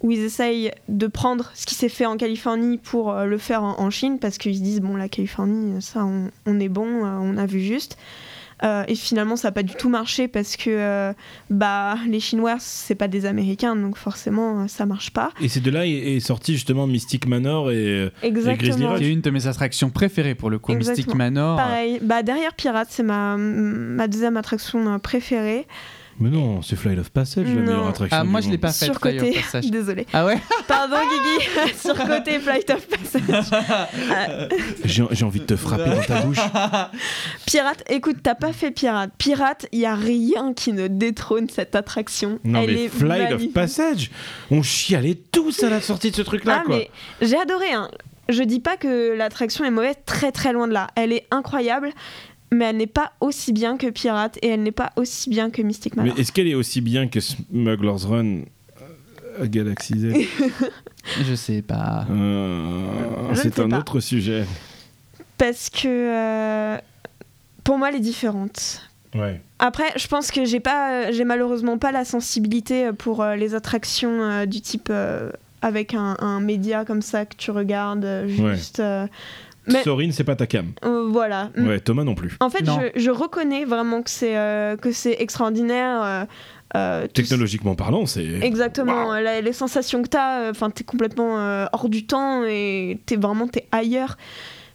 [SPEAKER 1] où ils essayent de prendre ce qui s'est fait en Californie pour euh, le faire en, en Chine, parce qu'ils se disent, bon, la Californie, euh, ça, on, on est bon, euh, on a vu juste. Euh, et finalement, ça n'a pas du tout marché parce que euh, bah, les Chinois, c'est pas des Américains, donc forcément, euh, ça marche pas.
[SPEAKER 2] Et c'est de là est, est sorti justement Mystic Manor et. euh, Grizzly
[SPEAKER 1] Exactement.
[SPEAKER 2] Rock.
[SPEAKER 3] Qui est une de mes attractions préférées pour le coup, Mystic
[SPEAKER 1] Exactement.
[SPEAKER 3] Manor.
[SPEAKER 1] Pareil, bah, derrière Pirates, c'est ma, ma deuxième attraction euh, préférée.
[SPEAKER 2] Mais non, c'est Flight of Passage, la
[SPEAKER 1] Non.
[SPEAKER 2] meilleure attraction.
[SPEAKER 3] Ah, moi
[SPEAKER 2] du
[SPEAKER 3] je l'ai
[SPEAKER 2] monde.
[SPEAKER 3] pas faite d'ailleurs,
[SPEAKER 1] Surcoté, [laughs]
[SPEAKER 3] passage.
[SPEAKER 1] désolé.
[SPEAKER 3] Ah ouais
[SPEAKER 1] Pardon Guigui, [laughs] surcoté Flight of Passage.
[SPEAKER 3] [laughs]
[SPEAKER 2] J'ai j'ai envie de te frapper dans
[SPEAKER 1] [laughs]
[SPEAKER 2] ta bouche.
[SPEAKER 1] Pirate, écoute, t'as pas fait Pirate. Pirate, il y a rien qui ne détrône cette attraction.
[SPEAKER 2] Non,
[SPEAKER 1] Elle
[SPEAKER 2] mais
[SPEAKER 1] est
[SPEAKER 2] Flight
[SPEAKER 1] magnifique.
[SPEAKER 2] of Passage, on chialait tous à la sortie de ce truc-là,
[SPEAKER 1] Ah,
[SPEAKER 2] quoi.
[SPEAKER 1] mais j'ai adoré. Hein. Je dis pas que l'attraction est mauvaise, très très loin de là. Elle est incroyable, mais elle n'est pas aussi bien que Pirate et elle n'est pas aussi bien que Mystic
[SPEAKER 2] Mais
[SPEAKER 1] Manor.
[SPEAKER 2] est-ce qu'elle est aussi bien que Smuggler's Run euh, à Galaxy Z
[SPEAKER 3] [laughs]
[SPEAKER 1] [laughs]
[SPEAKER 3] Je sais pas.
[SPEAKER 2] Euh,
[SPEAKER 1] Je ne
[SPEAKER 2] C'est
[SPEAKER 1] sais
[SPEAKER 2] un
[SPEAKER 1] pas.
[SPEAKER 2] autre sujet.
[SPEAKER 1] Parce que euh, pour moi, elle est différente.
[SPEAKER 2] Ouais.
[SPEAKER 1] Après, je pense que j'ai pas, euh, j'ai malheureusement pas la sensibilité euh, pour euh, les attractions euh, du type euh, avec un, un média comme ça que tu regardes euh,
[SPEAKER 2] Ouais.
[SPEAKER 1] juste. euh, Mais-
[SPEAKER 2] Sorine, c'est pas ta cam.
[SPEAKER 1] euh, voilà.
[SPEAKER 2] Ouais, Thomas non plus.
[SPEAKER 1] En fait,
[SPEAKER 3] Non.
[SPEAKER 1] je, je reconnais vraiment que c'est euh, que c'est extraordinaire. euh, euh, tout ce-
[SPEAKER 2] Technologiquement parlant, c'est.
[SPEAKER 1] Exactement, la- les sensations que t'as, enfin t'es complètement euh, hors du temps et t'es vraiment t'es ailleurs.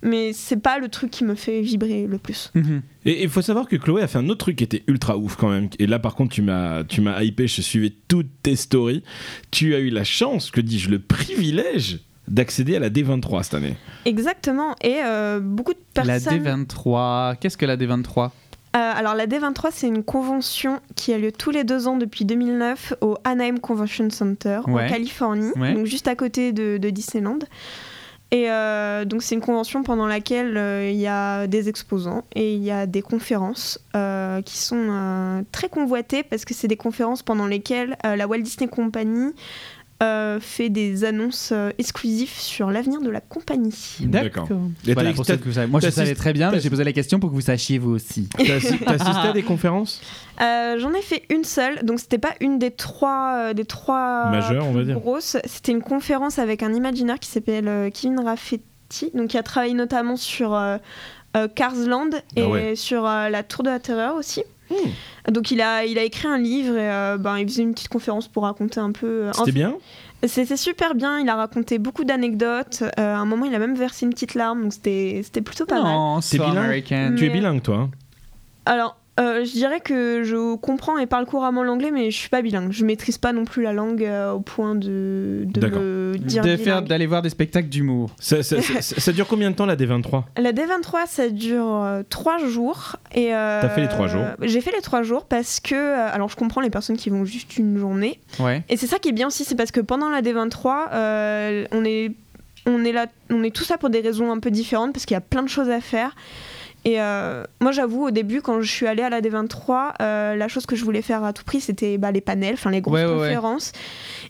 [SPEAKER 1] Mais c'est pas le truc qui me fait vibrer le plus.
[SPEAKER 3] Mhm.
[SPEAKER 2] Et il faut savoir que Chloé a fait un autre truc qui était ultra ouf quand même. Et là, par contre, tu m'as, tu m'as hypé. Je suivais toutes tes stories. Tu as eu la chance, que dis-je, le privilège d'accéder à la D23 cette année.
[SPEAKER 1] Exactement, et euh, beaucoup de
[SPEAKER 3] La
[SPEAKER 1] personnes.
[SPEAKER 3] D23. Qu'est-ce que la D23
[SPEAKER 1] Euh, alors la D23, c'est une convention qui a lieu tous les deux ans depuis 2009 au Anaheim Convention Center
[SPEAKER 3] Ouais.
[SPEAKER 1] en Californie,
[SPEAKER 3] Ouais.
[SPEAKER 1] donc juste à côté de, de Disneyland. Et euh, donc c'est une convention pendant laquelle euh, il y a des exposants et il y a des conférences euh, qui sont euh, très convoitées parce que c'est des conférences pendant lesquelles euh, la Walt Disney Company euh, fait des annonces euh, exclusives sur l'avenir de la compagnie.
[SPEAKER 2] D'accord. Et
[SPEAKER 3] Voilà,
[SPEAKER 2] t'as-
[SPEAKER 3] pour ceux que vous savez- Moi je
[SPEAKER 2] t'assistes-
[SPEAKER 3] savais très bien, mais
[SPEAKER 2] t'assistes-
[SPEAKER 3] j'ai posé la question pour que vous sachiez vous aussi.
[SPEAKER 2] T'as assi- t'as assisté à
[SPEAKER 1] [laughs]
[SPEAKER 2] des conférences
[SPEAKER 1] Euh, J'en ai fait une seule, donc c'était pas une des trois, euh, des trois
[SPEAKER 2] Majeures, on va
[SPEAKER 1] plus
[SPEAKER 2] dire.
[SPEAKER 1] grosses. C'était une conférence avec un imaginaire qui s'appelle euh, Kevin Raffetti, donc qui a travaillé notamment sur euh, euh, Cars Land et
[SPEAKER 2] Ah ouais. Hmm.
[SPEAKER 1] sur euh, la Tour de la Terreur aussi. Donc il a, il a écrit un livre et euh, ben, il faisait une petite conférence pour raconter un peu. euh,
[SPEAKER 2] C'était bien
[SPEAKER 1] c'était super bien, il a raconté beaucoup d'anecdotes. Euh, à un moment, il a même versé une petite larme, donc c'était c'était plutôt pas mal. Mm,
[SPEAKER 3] Non,
[SPEAKER 2] T'es
[SPEAKER 3] c'est
[SPEAKER 2] bilingue
[SPEAKER 3] américain.
[SPEAKER 2] Tu es
[SPEAKER 1] Mais-
[SPEAKER 2] bilingue, toi. hein
[SPEAKER 1] Alors, euh, je dirais que je comprends et parle couramment l'anglais, mais je suis pas bilingue. Je maîtrise pas non plus la langue euh, au point de, de
[SPEAKER 2] D'accord.
[SPEAKER 1] me dire
[SPEAKER 3] De faire
[SPEAKER 1] bilingue.
[SPEAKER 3] d'aller voir des spectacles d'humour.
[SPEAKER 2] ça,
[SPEAKER 1] [laughs]
[SPEAKER 2] ça- ça- ça- ça dure combien de temps la D23
[SPEAKER 1] La D23, ça dure euh, trois jours. Et, euh,
[SPEAKER 2] T'as fait les trois jours.
[SPEAKER 1] J'ai fait les trois jours parce que... euh, alors, je comprends les personnes qui vont juste une journée.
[SPEAKER 3] Ouais.
[SPEAKER 1] Et c'est ça qui est bien aussi, c'est parce que pendant la D23, euh, on est... On est là, on est tous là pour des raisons un peu différentes parce qu'il y a plein de choses à faire. Et euh, moi, j'avoue, au début, quand je suis allée à la D23, euh, la chose que je voulais faire à tout prix, c'était bah, les panels, enfin les grosses
[SPEAKER 3] Ouais, ouais, ouais.
[SPEAKER 1] conférences.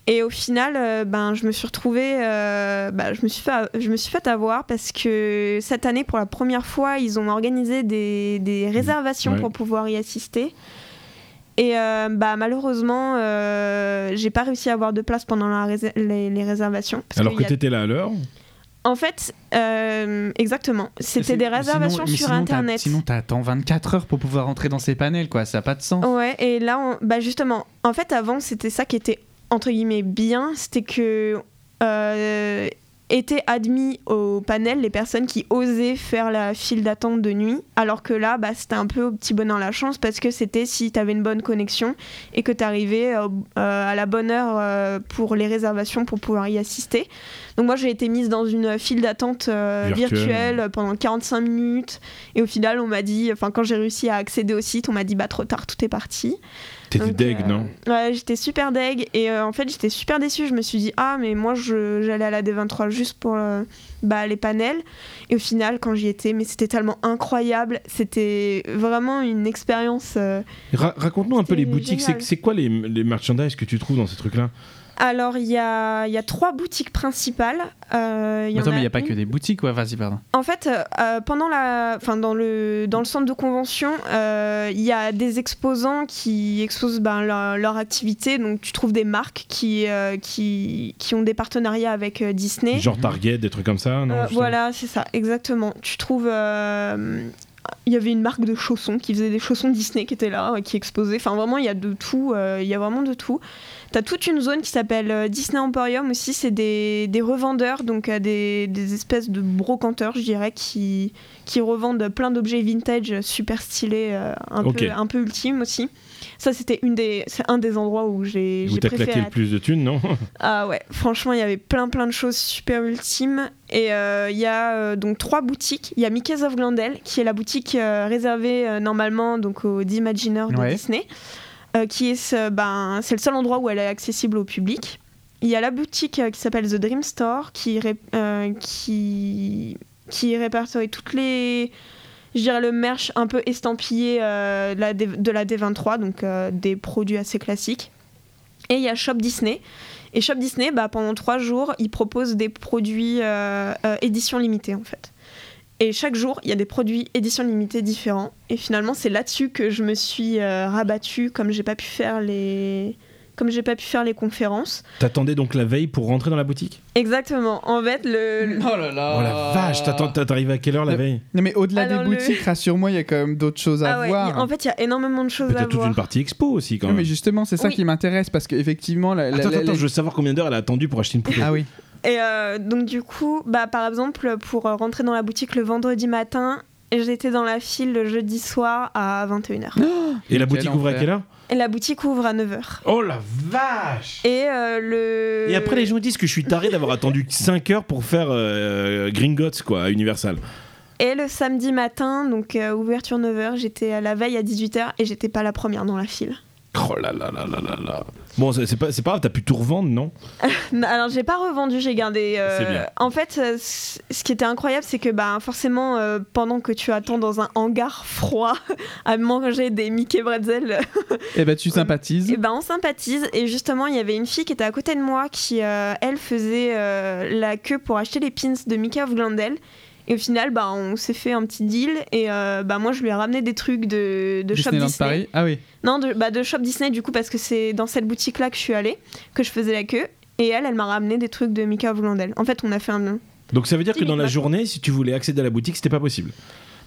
[SPEAKER 1] Et au final, euh, ben, je me suis retrouvée, euh, bah, je me suis fait, je me suis fait avoir parce que cette année, pour la première fois, ils ont organisé des, des réservations
[SPEAKER 2] Ouais.
[SPEAKER 1] pour pouvoir y assister. Et euh, bah, malheureusement, euh, j'ai pas réussi à avoir de place pendant la rés- les, les réservations. parce
[SPEAKER 2] Alors
[SPEAKER 1] qu'il
[SPEAKER 2] que
[SPEAKER 1] y a-
[SPEAKER 2] t'étais là à l'heure.
[SPEAKER 1] En fait, euh, exactement, c'était
[SPEAKER 3] C'est-
[SPEAKER 1] des
[SPEAKER 3] mais
[SPEAKER 1] réservations
[SPEAKER 3] sinon- mais
[SPEAKER 1] sur
[SPEAKER 3] sinon, t'as-
[SPEAKER 1] Internet.
[SPEAKER 3] Sinon, t'attends 24 heures pour pouvoir entrer dans ces panels, quoi. Ça n'a pas de sens.
[SPEAKER 1] Ouais, et là, on- bah justement, en fait, avant, c'était ça qui était entre guillemets bien, c'était que euh, étaient admis au panel les personnes qui osaient faire la file d'attente de nuit, alors que là, bah, c'était un peu au petit bonheur la chance parce que c'était si t'avais une bonne connexion et que t'arrivais euh, euh, à la bonne heure euh, pour les réservations pour pouvoir y assister. Donc moi, j'ai été mise dans une file d'attente euh,
[SPEAKER 2] Virtuelle.
[SPEAKER 1] virtuelle pendant 45 minutes. Et au final, on m'a dit, enfin, quand j'ai réussi à accéder au site, on m'a dit, bah, trop tard, tout est parti.
[SPEAKER 2] T'étais
[SPEAKER 1] Donc,
[SPEAKER 2] deg,
[SPEAKER 1] euh,
[SPEAKER 2] non
[SPEAKER 1] Ouais, j'étais super deg. Et euh, en fait, j'étais super déçue. Je me suis dit, ah, mais moi, je- j'allais à la D23 juste pour euh, bah, les panels. Et au final, quand j'y étais, mais c'était tellement incroyable. C'était vraiment une expérience. euh,
[SPEAKER 2] Ra- Raconte-nous un peu les
[SPEAKER 1] C'était
[SPEAKER 2] boutiques. C'est
[SPEAKER 1] génial.
[SPEAKER 2] c'est quoi les, les merchandise que tu trouves dans ces trucs-là
[SPEAKER 1] Alors, il y a, il y a trois boutiques principales. Euh, il y en
[SPEAKER 3] Attends, mais il n'y a pas
[SPEAKER 1] une-
[SPEAKER 3] que des boutiques, ouais, vas-y, pardon.
[SPEAKER 1] En fait, euh, pendant la, enfin dans le dans le centre de convention, euh, il y a des exposants qui exposent ben, leur, leur activité. Donc tu trouves des marques qui euh, qui, qui ont des partenariats avec euh, Disney.
[SPEAKER 2] Genre Target, des trucs comme ça, non
[SPEAKER 1] Euh,
[SPEAKER 2] justement
[SPEAKER 1] voilà, c'est ça, exactement. Tu trouves. euh, il y avait une marque de chaussons qui faisait des chaussons Disney qui était là, euh, qui exposait. Enfin, vraiment, il y a de tout. euh, Il y a vraiment de tout. T'as toute une zone qui s'appelle euh, Disney Emporium aussi. C'est des, des revendeurs, donc euh, des, des espèces de brocanteurs, je dirais, qui, qui revendent plein d'objets vintage super stylés, euh, un,
[SPEAKER 2] Ok.
[SPEAKER 1] peu, un peu ultimes aussi. Ça, c'était une des, c'est un des endroits où j'ai
[SPEAKER 2] Où
[SPEAKER 1] j'ai
[SPEAKER 2] t'as
[SPEAKER 1] préféré
[SPEAKER 2] claqué le plus de
[SPEAKER 1] [laughs]
[SPEAKER 2] thunes, non
[SPEAKER 1] ah ouais, franchement, il y avait plein plein de choses super ultimes. Et euh, il y a euh, donc trois boutiques. Il y a Mickey's of Glendale, qui est la boutique euh, réservée euh, normalement donc aux Imagineurs de
[SPEAKER 3] Ouais.
[SPEAKER 1] Disney, euh, qui est ce- ben, c'est le seul endroit où elle est accessible au public. Il y a la boutique euh, qui s'appelle The Dream Store, qui, ré- euh, qui, qui répertorie toutes les... Je dirais le merch un peu estampillé euh, de la D- de la D23, donc euh, des produits assez classiques. Et il y a Shop Disney, et Shop Disney, bah, pendant trois jours, ils proposent des produits euh, euh, édition limitée, en fait. Et chaque jour, il y a des produits édition limitée différents. Et finalement, c'est là-dessus que je me suis euh, rabattue, comme j'ai pas pu faire les, comme j'ai pas pu faire les conférences.
[SPEAKER 2] T'attendais donc la veille pour rentrer dans la boutique
[SPEAKER 1] Exactement. En fait, le,
[SPEAKER 3] là
[SPEAKER 2] Oh,
[SPEAKER 3] là
[SPEAKER 2] la vache, t'attends- t'arrives à quelle heure la
[SPEAKER 3] Le-
[SPEAKER 2] veille
[SPEAKER 3] Non, mais au-delà
[SPEAKER 1] Alors,
[SPEAKER 3] des
[SPEAKER 1] le-
[SPEAKER 3] boutiques, rassure-moi, il y a quand même d'autres choses à
[SPEAKER 1] Ah ouais,
[SPEAKER 3] voir.
[SPEAKER 1] il y a- en fait, il y a énormément de choses à
[SPEAKER 2] Peut-être toute
[SPEAKER 1] voir.
[SPEAKER 2] une partie expo aussi, quand
[SPEAKER 3] Non, mais
[SPEAKER 2] même.
[SPEAKER 3] justement, c'est ça
[SPEAKER 1] Oui.
[SPEAKER 3] qui m'intéresse parce qu'effectivement. La, la-
[SPEAKER 2] Attends,
[SPEAKER 3] la-
[SPEAKER 2] attends,
[SPEAKER 3] la-
[SPEAKER 2] je veux savoir combien d'heures elle a attendu pour acheter une poupée.
[SPEAKER 3] Ah oui.
[SPEAKER 1] Et euh, donc du coup, bah, par exemple, pour euh, rentrer dans la boutique le vendredi matin, j'étais dans la file le jeudi soir à 21h.
[SPEAKER 2] Ah. Et la
[SPEAKER 3] Quel
[SPEAKER 2] boutique ouvre à
[SPEAKER 3] enfer.
[SPEAKER 2] quelle heure
[SPEAKER 1] Et la boutique ouvre à 9h.
[SPEAKER 2] Oh la vache
[SPEAKER 1] Et euh, le...
[SPEAKER 2] Et après, les gens disent que je suis taré d'avoir attendu 5 heures pour faire euh, Gringotts, quoi, à Universal.
[SPEAKER 1] Et le samedi matin, donc euh, ouverture 9h, j'étais à la veille à 18h et j'étais pas la première dans la file. [laughs]
[SPEAKER 2] Oh là là là là là là. Bon, c'est c'est pas, c'est pas grave, t'as pu tout revendre, non
[SPEAKER 1] Non, Bah, Alors j'ai pas revendu, j'ai gardé. euh,
[SPEAKER 2] C'est bien.
[SPEAKER 1] En fait, euh, c- ce qui était incroyable, c'est que bah, forcément, euh, pendant que tu attends dans un hangar froid [laughs] à manger des Mickey Bretzel,
[SPEAKER 3] Et bah, tu sympathises.
[SPEAKER 1] Et ben on sympathise et justement il y avait une fille qui était à côté de moi qui euh, elle faisait euh, la queue pour acheter les pins de Mickey of Glendale et au final bah on s'est fait un petit deal et euh, bah moi je lui ai ramené des trucs de, de Shop
[SPEAKER 3] Disneyland
[SPEAKER 1] Disney.
[SPEAKER 3] Paris. Ah oui.
[SPEAKER 1] Non de, bah, de Shop Disney du coup parce que c'est dans cette boutique là que je suis allée que je faisais la queue et elle elle m'a ramené des trucs de Mickey of Glendale. En fait on a fait un
[SPEAKER 2] Donc ça veut dire que
[SPEAKER 1] Si,
[SPEAKER 2] dans la
[SPEAKER 1] bah-
[SPEAKER 2] journée, si tu voulais accéder à la boutique, c'était pas possible.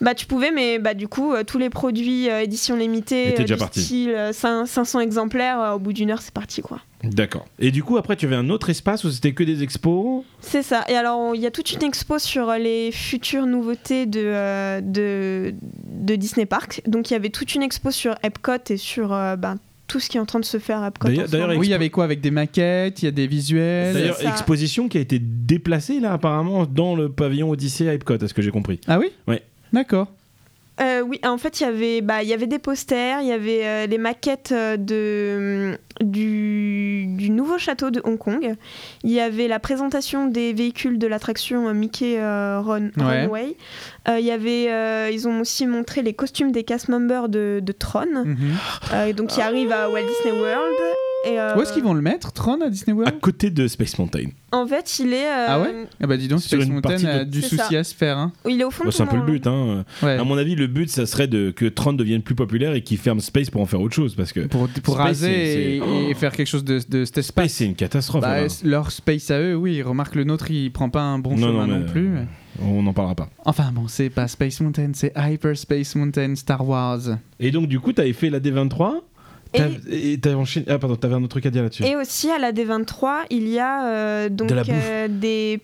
[SPEAKER 1] bah tu pouvais mais bah du coup euh, tous les produits euh, édition limitée
[SPEAKER 2] Étaient
[SPEAKER 1] euh,
[SPEAKER 2] déjà
[SPEAKER 1] du
[SPEAKER 2] partis.
[SPEAKER 1] style euh, cin- 500 exemplaires euh, au bout d'une heure c'est parti quoi.
[SPEAKER 2] D'accord. Et du coup, après, tu avais un autre espace où c'était que des expos
[SPEAKER 1] C'est ça. Et alors, on- il y a toute une expo sur euh, les futures nouveautés de, euh, de, de Disney Park. Donc, il y avait toute une expo sur Epcot et sur euh, ben, tout ce qui est en train de se faire à Epcot.
[SPEAKER 2] D'ailleurs-
[SPEAKER 1] en ce moment.
[SPEAKER 2] d'ailleurs,
[SPEAKER 3] Oui, il y avait quoi avec des maquettes, il y a des visuels.
[SPEAKER 2] D'ailleurs,
[SPEAKER 1] ça.
[SPEAKER 2] exposition qui a été déplacée, là, apparemment, dans le pavillon Odyssée à Epcot, à ce que j'ai compris.
[SPEAKER 3] Ah oui.
[SPEAKER 2] Ouais.
[SPEAKER 3] D'accord.
[SPEAKER 1] Euh, oui, en fait, il y avait, bah, il y avait des posters, il y avait euh, les maquettes euh, de, mm, du, du nouveau château de Hong Kong. Il y avait la présentation des véhicules de l'attraction euh, Mickey euh, Run-
[SPEAKER 3] Ouais.
[SPEAKER 1] Runway. Euh, il y avait, euh, ils ont aussi montré les costumes des cast members de, de Tron.
[SPEAKER 3] Mhm.
[SPEAKER 1] Euh, donc qui arrive à Walt Disney World. Et, euh,
[SPEAKER 3] Où est-ce qu'ils vont le mettre Tron à Disney
[SPEAKER 2] À
[SPEAKER 3] World
[SPEAKER 2] côté de Space Mountain.
[SPEAKER 1] En fait, il est, euh,
[SPEAKER 3] Ah ouais Ah bah dis donc,
[SPEAKER 2] Sur
[SPEAKER 3] Space
[SPEAKER 2] une partie
[SPEAKER 3] Mountain a
[SPEAKER 2] de-
[SPEAKER 3] du
[SPEAKER 1] C'est
[SPEAKER 3] souci
[SPEAKER 1] ça.
[SPEAKER 3] à se faire. hein.
[SPEAKER 1] il est au fond
[SPEAKER 2] Bon,
[SPEAKER 1] de
[SPEAKER 2] c'est un peu le
[SPEAKER 1] tournant,
[SPEAKER 2] but, hein.
[SPEAKER 3] Ouais.
[SPEAKER 2] À mon avis, le but, ça serait de, que Tron devienne plus populaire et qu'il ferme Space pour en faire autre chose. Parce que
[SPEAKER 3] Pour, pour
[SPEAKER 2] Space, c'est-
[SPEAKER 3] raser et,
[SPEAKER 2] c'est-
[SPEAKER 3] et faire quelque chose de, de cet
[SPEAKER 2] Space,
[SPEAKER 3] espace.
[SPEAKER 2] c'est une catastrophe.
[SPEAKER 3] Bah,
[SPEAKER 2] là.
[SPEAKER 3] leur space à eux, oui. Remarque le nôtre, il prend pas un bon
[SPEAKER 2] Non,
[SPEAKER 3] chemin
[SPEAKER 2] non,
[SPEAKER 3] non,
[SPEAKER 2] mais-
[SPEAKER 3] plus.
[SPEAKER 2] On n'en parlera pas.
[SPEAKER 3] Enfin bon, c'est pas Space Mountain, c'est Hyper Space Mountain Star Wars.
[SPEAKER 2] Et donc, du coup, t'avais fait la D23
[SPEAKER 1] Et-
[SPEAKER 2] t'as- Et t'avais enchaîné. Ah, pardon, t'avais un autre truc à dire là-dessus.
[SPEAKER 1] Et aussi à la D23, il y a euh, donc
[SPEAKER 2] De la bouffe.
[SPEAKER 1] euh, des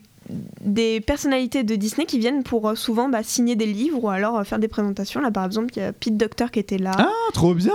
[SPEAKER 1] des personnalités de Disney qui viennent pour euh, souvent bah, signer des livres ou alors euh, faire des présentations. Là, par exemple, il y a Pete Docter qui était là.
[SPEAKER 3] Ah, trop bien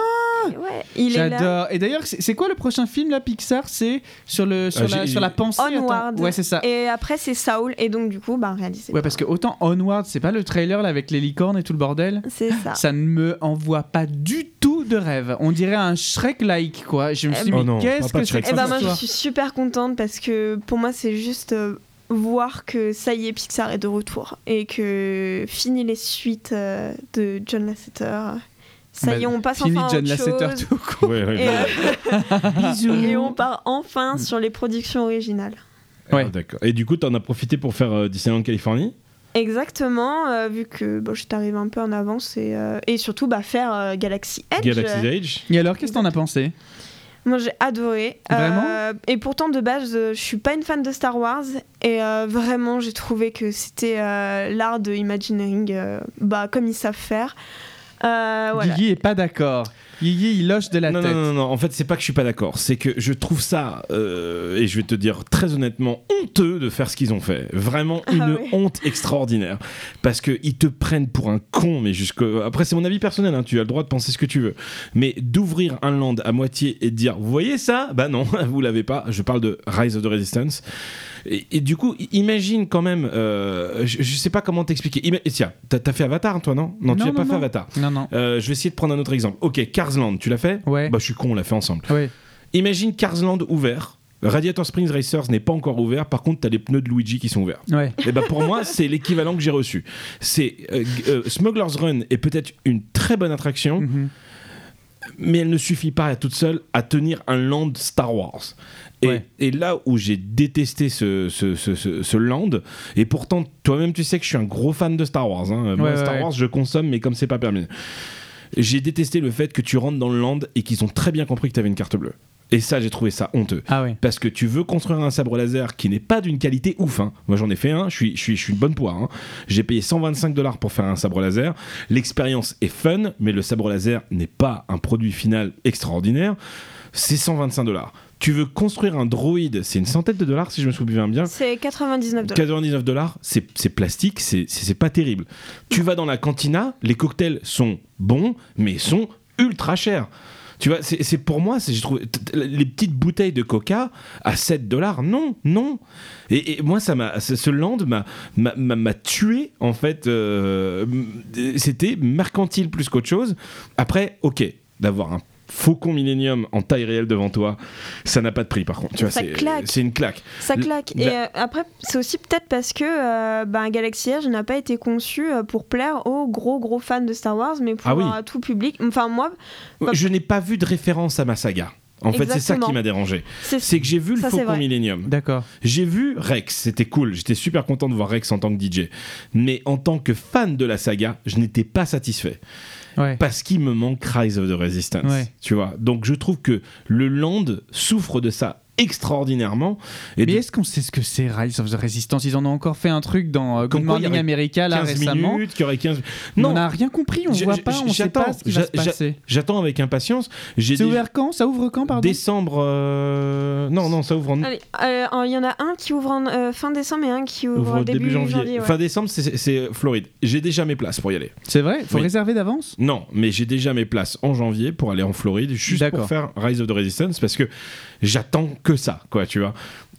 [SPEAKER 1] ouais, il est là.
[SPEAKER 3] Ah J'adore. Et d'ailleurs, c'est c'est quoi le prochain film là Pixar C'est sur le sur,
[SPEAKER 2] Ah,
[SPEAKER 3] la,
[SPEAKER 2] j'ai-
[SPEAKER 3] sur la pensée. attends.
[SPEAKER 1] Onward.
[SPEAKER 3] Ouais, c'est ça.
[SPEAKER 1] Et après, c'est Saul. Et donc, du coup, bah, réalisé.
[SPEAKER 3] Ouais, parce que autant Onward, c'est pas le trailer là avec les licornes et tout le bordel.
[SPEAKER 1] C'est ça.
[SPEAKER 3] Ça ne me envoie pas du tout de rêve. On dirait un Shrek-like quoi. Je me suis dit,
[SPEAKER 2] Eh ben-
[SPEAKER 3] mais
[SPEAKER 2] Oh non, on
[SPEAKER 3] qu'est-ce
[SPEAKER 2] parle pas
[SPEAKER 3] que
[SPEAKER 2] de
[SPEAKER 3] c'est
[SPEAKER 2] Shrek.
[SPEAKER 3] que
[SPEAKER 1] Et
[SPEAKER 3] cette
[SPEAKER 1] Euh, ben moi, je
[SPEAKER 3] histoire
[SPEAKER 1] suis super contente parce que pour moi, c'est juste euh, voir que ça y est, Pixar est de retour et que fini les suites euh, de John Lasseter. Ça y est,
[SPEAKER 3] Bah,
[SPEAKER 1] on passe
[SPEAKER 3] Fini
[SPEAKER 1] enfin à
[SPEAKER 3] John
[SPEAKER 1] autre
[SPEAKER 3] Lasseter
[SPEAKER 1] chose. [laughs]
[SPEAKER 3] tout court.
[SPEAKER 2] Ouais, ouais,
[SPEAKER 1] Et, euh,
[SPEAKER 2] bah,
[SPEAKER 3] [laughs]
[SPEAKER 1] [laughs] et on part enfin sur les productions originales.
[SPEAKER 3] Ouais.
[SPEAKER 2] ah, D'accord. Et du coup, t'en as profité pour faire euh, Disneyland Californie
[SPEAKER 1] Exactement, euh, vu que bon, je t'arrive un peu en avance et, euh, et surtout bah, faire euh, Galaxy Edge.
[SPEAKER 2] Galaxy's Edge
[SPEAKER 3] Et alors, qu'est-ce que t'en as pensé
[SPEAKER 1] Moi j'ai adoré.
[SPEAKER 3] Vraiment
[SPEAKER 1] Euh, Et pourtant de base euh, je suis pas une fan de Star Wars et euh, vraiment j'ai trouvé que c'était euh, l'art de Imagineering euh, bah, comme ils savent faire. Euh, voilà.
[SPEAKER 3] Guigui est pas d'accord. Guigui, il loche de la
[SPEAKER 2] non,
[SPEAKER 3] tête.
[SPEAKER 2] non, non, non, en fait, c'est pas que je suis pas d'accord, c'est que je trouve ça, euh, et je vais te dire très honnêtement, honteux de faire ce qu'ils ont fait. Vraiment
[SPEAKER 1] Ah
[SPEAKER 2] une
[SPEAKER 1] oui.
[SPEAKER 2] honte extraordinaire. Parce qu'ils te prennent pour un con, mais jusqu'au. Après, c'est mon avis personnel, hein, tu as le droit de penser ce que tu veux. Mais d'ouvrir un land à moitié et de dire, vous voyez ça Bah non, [laughs] vous l'avez pas. Je parle de Rise of the Resistance. Et, et du coup, i- imagine quand même, euh, je, je sais pas comment t'expliquer. Ima- Tiens, t'as t'as fait Avatar, toi, non Non, tu
[SPEAKER 3] Non,
[SPEAKER 2] n'as pas
[SPEAKER 3] non,
[SPEAKER 2] fait
[SPEAKER 3] non.
[SPEAKER 2] Avatar.
[SPEAKER 3] Non, non.
[SPEAKER 2] Euh, je vais essayer de prendre un autre exemple. Ok, Carsland, tu l'as fait
[SPEAKER 3] Ouais.
[SPEAKER 2] Bah, je suis con, on l'a fait ensemble.
[SPEAKER 3] Ouais.
[SPEAKER 2] Imagine Carsland ouvert. Radiator Springs Racers n'est pas encore ouvert, par contre, t'as les pneus de Luigi qui sont ouverts.
[SPEAKER 3] Ouais.
[SPEAKER 2] Et bah pour moi, c'est l'équivalent que j'ai reçu. C'est euh, g- euh, Smuggler's Run est peut-être une très bonne attraction,
[SPEAKER 3] Mhm.
[SPEAKER 2] mais elle ne suffit pas à toute seule à tenir un land Star Wars. Et,
[SPEAKER 3] Ouais.
[SPEAKER 2] et là où j'ai détesté ce, ce, ce- ce- ce land, et pourtant toi-même tu sais que je suis un gros fan de Star Wars. hein. Moi,
[SPEAKER 3] Ouais,
[SPEAKER 2] Star
[SPEAKER 3] ouais.
[SPEAKER 2] Wars, je consomme, mais comme c'est pas permis. J'ai détesté le fait que tu rentres dans le land et qu'ils ont très bien compris que tu avais une carte bleue. Et ça, j'ai trouvé ça honteux.
[SPEAKER 3] Ah ouais.
[SPEAKER 2] Parce que tu veux construire un sabre laser qui n'est pas d'une qualité ouf. hein. Moi j'en ai fait un, je suis, je suis, je suis une bonne poire. hein. J'ai payé 125 dollars pour faire un sabre laser. L'expérience est fun, mais le sabre laser n'est pas un produit final extraordinaire. C'est 125 dollars. Tu veux construire un droïde, c'est une centaine de dollars si je me souviens bien.
[SPEAKER 1] C'est 99 dollars.
[SPEAKER 2] 99 dollars, c'est c'est plastique, c'est- c'est c'est pas terrible. Tu vas dans la cantina, les cocktails sont bons, mais sont ultra chers. Tu vois, c'est c'est pour moi, c'est- j'ai trouvé t- t- les petites bouteilles de coca à 7 dollars. Non, non. Et, et moi, ça m'a, ce ce land m'a- m'a m'a- m'a tué, en fait. euh, m- C'était mercantile plus qu'autre chose. Après, ok, d'avoir un faucon millénium en taille réelle devant toi, ça n'a pas de prix, par contre. Tu vois,
[SPEAKER 1] Ça
[SPEAKER 2] c'est-
[SPEAKER 1] claque.
[SPEAKER 2] C'est une claque.
[SPEAKER 1] Ça
[SPEAKER 2] Le-
[SPEAKER 1] claque.
[SPEAKER 2] la-
[SPEAKER 1] Et euh, après, c'est aussi peut-être parce que euh, ben, Galaxy Edge n'a pas été conçu euh, pour plaire aux gros gros fans de Star Wars, mais pour
[SPEAKER 2] Ah oui.
[SPEAKER 1] un tout public. Enfin, moi, Pas-
[SPEAKER 2] Je n'ai pas vu de référence à ma saga. En fait, c'est ça
[SPEAKER 1] Exactement.
[SPEAKER 2] qui m'a dérangé.
[SPEAKER 1] c'est
[SPEAKER 2] C'est que j'ai vu le
[SPEAKER 1] Ça, c'est
[SPEAKER 2] Faucon
[SPEAKER 1] vrai.
[SPEAKER 2] Millennium.
[SPEAKER 3] D'accord.
[SPEAKER 2] J'ai vu Rex, c'était cool. J'étais super content de voir Rex en tant que DJ. Mais en tant que fan de la saga, je n'étais pas satisfait.
[SPEAKER 3] Ouais.
[SPEAKER 2] Parce qu'il me manque Rise of the Resistance.
[SPEAKER 3] Ouais.
[SPEAKER 2] Tu vois Donc je trouve que le Land souffre de ça extraordinairement. Et
[SPEAKER 3] Mais
[SPEAKER 2] de-
[SPEAKER 3] est-ce qu'on sait ce que c'est Rise of the Resistance Ils en ont encore fait un truc dans euh,
[SPEAKER 2] Comme
[SPEAKER 3] Good
[SPEAKER 2] quoi, il y
[SPEAKER 3] Morning
[SPEAKER 2] aurait
[SPEAKER 3] America là
[SPEAKER 2] 15
[SPEAKER 3] récemment.
[SPEAKER 2] minutes, qu'il y aurait 15.
[SPEAKER 3] Mais On
[SPEAKER 2] Non,
[SPEAKER 3] n'a rien compris, on
[SPEAKER 2] Je-
[SPEAKER 3] voit
[SPEAKER 2] je-
[SPEAKER 3] pas, on sait
[SPEAKER 2] j'attends,
[SPEAKER 3] pas ce qui va
[SPEAKER 2] j'a-
[SPEAKER 3] se passer.
[SPEAKER 2] j'attends avec impatience. J'ai
[SPEAKER 3] C'est
[SPEAKER 2] déjà-
[SPEAKER 3] ouvert quand Ça ouvre quand, pardon
[SPEAKER 2] décembre. euh, Non, non, ça ouvre en
[SPEAKER 1] Allez, euh, en- il y en a un qui ouvre en, euh, fin décembre et un qui ouvre,
[SPEAKER 2] ouvre
[SPEAKER 1] début, janvier. ouais.
[SPEAKER 2] Fin décembre, c'est- c'est Floride. J'ai déjà mes places pour y aller.
[SPEAKER 3] C'est vrai Faut
[SPEAKER 2] Oui.
[SPEAKER 3] réserver d'avance
[SPEAKER 2] Non, mais j'ai déjà mes places en janvier pour aller en Floride juste pour
[SPEAKER 3] D'accord.
[SPEAKER 2] faire Rise of the Resistance parce que j'attends que ça, quoi, tu vois.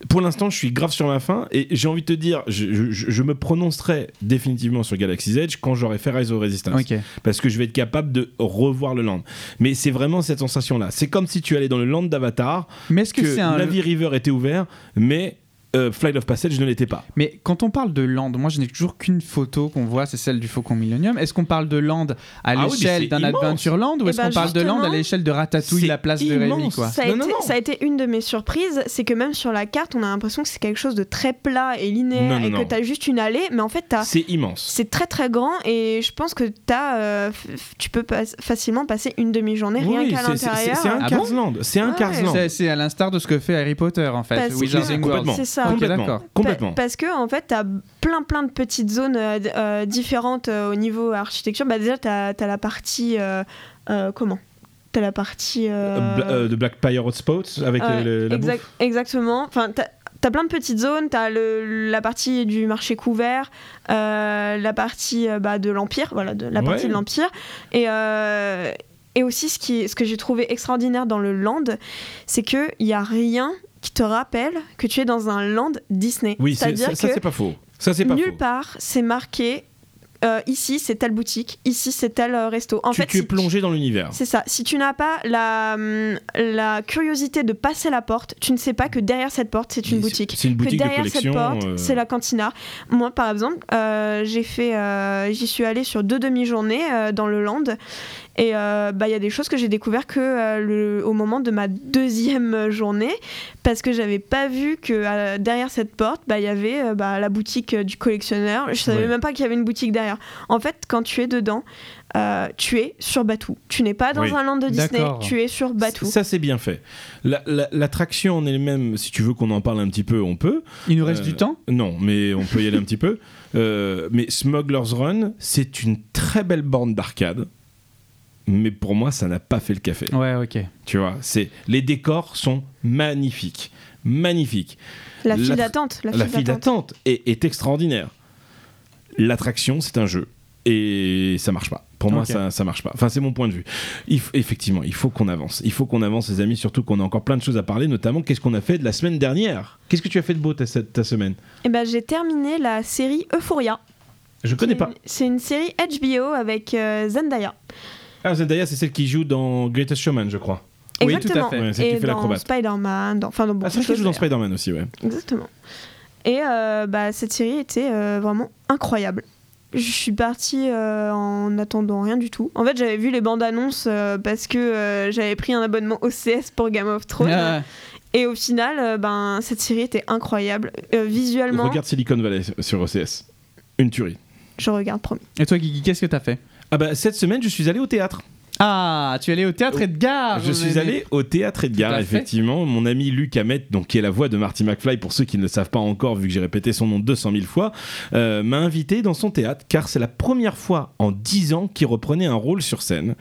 [SPEAKER 2] Pour l'instant, je suis grave sur ma faim et j'ai envie de te dire, je, je- je me prononcerai définitivement sur Galaxy's Edge quand j'aurai fait Rise of Resistance
[SPEAKER 3] Ok.
[SPEAKER 2] parce que je vais être capable de revoir le land. Mais c'est vraiment cette sensation-là. C'est comme si tu allais dans le land d'Avatar,
[SPEAKER 3] Mais est-ce
[SPEAKER 2] que,
[SPEAKER 3] que, c'est un.
[SPEAKER 2] Navi River était ouvert, mais euh, Flight of Passage ne l'était pas.
[SPEAKER 3] Mais quand on parle de land, moi je n'ai toujours qu'une photo qu'on voit, c'est celle du Faucon Millennium. Est-ce qu'on parle de land à
[SPEAKER 2] Ah oui,
[SPEAKER 3] l'échelle
[SPEAKER 2] mais c'est
[SPEAKER 3] d'un
[SPEAKER 2] immense.
[SPEAKER 3] Adventureland ou
[SPEAKER 1] Eh
[SPEAKER 3] est-ce
[SPEAKER 1] ben,
[SPEAKER 3] qu'on parle de land à
[SPEAKER 1] justement,
[SPEAKER 3] l'échelle de Ratatouille,
[SPEAKER 2] c'est
[SPEAKER 3] la place de Rémi
[SPEAKER 2] immense.
[SPEAKER 3] quoi
[SPEAKER 1] Ça a,
[SPEAKER 2] Non,
[SPEAKER 1] été,
[SPEAKER 2] non, non.
[SPEAKER 1] ça a été une de mes surprises, c'est que même sur la carte, on a l'impression que c'est quelque chose de très plat et linéaire
[SPEAKER 2] Non, non,
[SPEAKER 1] et
[SPEAKER 2] non.
[SPEAKER 1] que t'as juste une allée, mais en fait, t'as-
[SPEAKER 2] C'est immense.
[SPEAKER 1] c'est très très grand et je pense que t'as, euh, f- f- tu peux pas- facilement passer une demi-journée rien
[SPEAKER 2] Oui,
[SPEAKER 1] qu'à
[SPEAKER 2] c'est- c'est-
[SPEAKER 1] l'intérieur.
[SPEAKER 2] C'est un
[SPEAKER 3] Ah bon
[SPEAKER 2] Carsland. C'est un
[SPEAKER 1] Ouais.
[SPEAKER 2] Carsland. Ah,
[SPEAKER 3] C'est- C'est à l'instar de ce que fait Harry Potter en fait,
[SPEAKER 1] Parce
[SPEAKER 3] Wizarding
[SPEAKER 1] que-
[SPEAKER 3] World.
[SPEAKER 2] Complètement.
[SPEAKER 1] C'est ça.
[SPEAKER 3] Ok,
[SPEAKER 2] Complètement.
[SPEAKER 3] d'accord.
[SPEAKER 2] Complètement.
[SPEAKER 1] Pa- parce que en fait, t'as plein plein de petites zones euh, d- euh, différentes euh, au niveau architecture. Bah, déjà, t'as as la partie euh, euh, comment T'as la partie euh,
[SPEAKER 2] Euh, Bla- euh, de Black Pyre Hotspots avec
[SPEAKER 1] Ouais,
[SPEAKER 2] euh, le- la
[SPEAKER 1] exact-
[SPEAKER 2] bouffe.
[SPEAKER 1] Exactement. Enfin, t'as as plein de petites zones. T'as le- la partie du marché couvert, euh, la partie euh, bah, de l'Empire, voilà, de, la partie
[SPEAKER 2] Ouais.
[SPEAKER 1] de l'Empire. Et, euh, et aussi, ce, qui, ce que j'ai trouvé extraordinaire dans le land, c'est qu'il n'y a rien qui te rappelle que tu es dans un land Disney.
[SPEAKER 2] Oui, c'est-
[SPEAKER 1] C'est-à-dire
[SPEAKER 2] ça, ça,
[SPEAKER 1] que
[SPEAKER 2] c'est pas faux. Ça c'est pas
[SPEAKER 1] nulle
[SPEAKER 2] faux.
[SPEAKER 1] part, c'est marqué. euh, ici, c'est telle boutique. Ici, c'est tel euh, resto. En
[SPEAKER 2] tu,
[SPEAKER 1] fait,
[SPEAKER 2] tu
[SPEAKER 1] si
[SPEAKER 2] es plongé dans l'univers.
[SPEAKER 1] c'est ça. Si tu n'as pas la, hum, la curiosité de passer la porte, tu ne sais pas que derrière cette porte, c'est une
[SPEAKER 2] Mais
[SPEAKER 1] boutique.
[SPEAKER 2] C'est une
[SPEAKER 1] Que
[SPEAKER 2] boutique de
[SPEAKER 1] derrière cette
[SPEAKER 2] collection.
[SPEAKER 1] porte,
[SPEAKER 2] euh,
[SPEAKER 1] c'est la cantina. Moi, par exemple, euh, j'ai fait, euh, j'y suis allée sur deux demi-journées euh, dans le Land, et Et euh, bah, il y a des choses que j'ai découvert que euh, le- au moment de ma deuxième journée, parce que j'avais pas vu que euh, derrière cette porte, bah, il y avait euh, bah, la boutique euh, du collectionneur. Je savais
[SPEAKER 2] Ouais.
[SPEAKER 1] même pas qu'il y avait une boutique derrière. En fait, quand tu es dedans, euh, tu es sur Batou. Tu n'es pas dans
[SPEAKER 2] Oui.
[SPEAKER 1] un land de Disney,
[SPEAKER 4] D'accord.
[SPEAKER 1] tu es sur Batou.
[SPEAKER 2] Ça, c'est bien fait. La- la- L'attraction en elle-même, si tu veux qu'on en parle un petit peu, on peut.
[SPEAKER 3] Il nous reste
[SPEAKER 2] Euh,
[SPEAKER 3] du temps
[SPEAKER 2] Non, mais on peut y aller un
[SPEAKER 1] [laughs]
[SPEAKER 2] petit peu. Euh, mais Smuggler's Run, c'est une très belle borne d'arcade. Mais pour moi, ça n'a pas fait le café.
[SPEAKER 3] Ouais, ok.
[SPEAKER 2] Tu vois, c'est les décors sont magnifiques, magnifiques.
[SPEAKER 1] La
[SPEAKER 2] La-
[SPEAKER 1] file d'attente. La,
[SPEAKER 2] La
[SPEAKER 1] file
[SPEAKER 2] file
[SPEAKER 1] d'attente.
[SPEAKER 2] d'attente est, est extraordinaire. L'attraction, c'est un jeu et ça marche pas. Pour moi,
[SPEAKER 3] Ok.
[SPEAKER 2] ça, ça marche pas. Enfin, c'est mon point de vue. Il f- effectivement, il faut qu'on avance. Il faut qu'on avance, les amis. Surtout qu'on a encore plein de choses à parler. Notamment, qu'est-ce qu'on a fait de la semaine dernière Qu'est-ce que tu as fait de beau ta, ta semaine
[SPEAKER 1] Et ben j'ai terminé la série Euphoria.
[SPEAKER 2] Je connais pas.
[SPEAKER 1] C'est une- C'est une série HBO avec euh, Zendaya.
[SPEAKER 2] Ah, Zendaya, c'est celle qui joue dans Greatest Showman, je crois.
[SPEAKER 3] Oui,
[SPEAKER 1] Exactement.
[SPEAKER 3] tout à fait.
[SPEAKER 2] Ouais, celle qui
[SPEAKER 1] Et
[SPEAKER 2] fait
[SPEAKER 1] dans
[SPEAKER 2] l'acrobate.
[SPEAKER 1] Spider-Man, dans- enfin dans beaucoup
[SPEAKER 2] ah, celle
[SPEAKER 1] de
[SPEAKER 2] qui
[SPEAKER 1] choses,
[SPEAKER 2] joue dans
[SPEAKER 1] d'ailleurs.
[SPEAKER 2] Spider-Man aussi, ouais.
[SPEAKER 1] Exactement. Et euh, bah, cette série était euh, vraiment incroyable. Je suis partie euh, en attendant rien du tout. En fait, j'avais vu les bandes annonces euh, parce que euh, j'avais pris un abonnement OCS pour Game of Thrones.
[SPEAKER 3] Ah,
[SPEAKER 1] Et au final, euh, ben, cette série était incroyable. Euh, visuellement,
[SPEAKER 2] Regarde Silicon Valley sur OCS. Une tuerie.
[SPEAKER 1] je regarde, promis.
[SPEAKER 3] Et toi, Guigui, qu'est-ce que t'as fait
[SPEAKER 2] Ah bah cette semaine je suis allé au théâtre.
[SPEAKER 3] Ah, tu es allé au théâtre
[SPEAKER 2] Oh,
[SPEAKER 3] Edgar
[SPEAKER 2] je
[SPEAKER 3] on
[SPEAKER 2] suis
[SPEAKER 3] est-
[SPEAKER 2] allé au théâtre Edgar
[SPEAKER 3] Ah, Tout à fait.
[SPEAKER 2] effectivement. Mon ami Luc Hamet, donc qui est la voix de Marty McFly pour ceux qui ne le savent pas encore vu que j'ai répété son nom 200 000 fois, euh, m'a invité dans son théâtre car c'est la première fois en 10 ans qu'il reprenait un rôle sur scène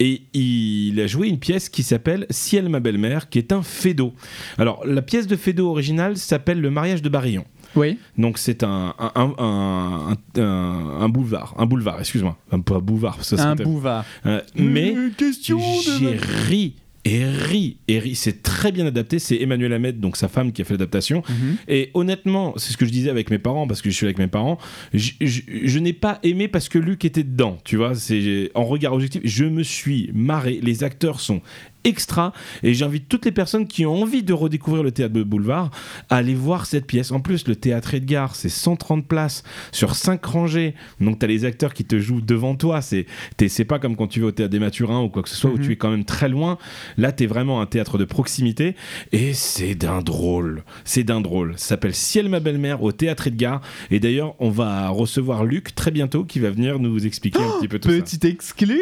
[SPEAKER 2] et il a joué une pièce qui s'appelle Ciel ma belle-mère qui est un fédo. Alors la pièce de fédo originale s'appelle Le mariage de Barillon.
[SPEAKER 3] Oui.
[SPEAKER 2] Donc c'est un, un, un, un- un- un boulevard, un boulevard, excuse-moi, Un- pas boulevard, parce que
[SPEAKER 3] Un Mm,
[SPEAKER 2] c'est-
[SPEAKER 3] bouvard.
[SPEAKER 2] Euh, mais
[SPEAKER 3] question
[SPEAKER 2] j'ai ri et ri et ri. C'est très bien adapté. C'est Emmanuel Ahmed, donc sa femme, qui a fait l'adaptation.
[SPEAKER 3] Mhm.
[SPEAKER 2] Et honnêtement, c'est ce que je disais avec mes parents, parce que je suis avec mes parents, je, je- je n'ai pas aimé parce que Luc était dedans, tu vois, c'est en regard objectif, je me suis marré, les acteurs sont extra, et j'invite toutes les personnes qui ont envie de redécouvrir le théâtre de boulevard à aller voir cette pièce. En plus, le théâtre Edgar, c'est 130 places sur 5 rangées, donc tu as les acteurs qui te jouent devant toi, c'est t'es- c'est pas comme quand tu vas au théâtre des Mathurins ou quoi que ce soit, où
[SPEAKER 3] Mhm.
[SPEAKER 2] tu es quand même très loin, là tu es vraiment un théâtre de proximité, et c'est d'un drôle. C'est d'un drôle. Ça s'appelle Ciel ma belle-mère au théâtre Edgar. Et d'ailleurs, on va recevoir Luc très bientôt qui va venir nous expliquer un petit peu tout ça.
[SPEAKER 3] Oh, Petit exclu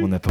[SPEAKER 2] On n'a pas.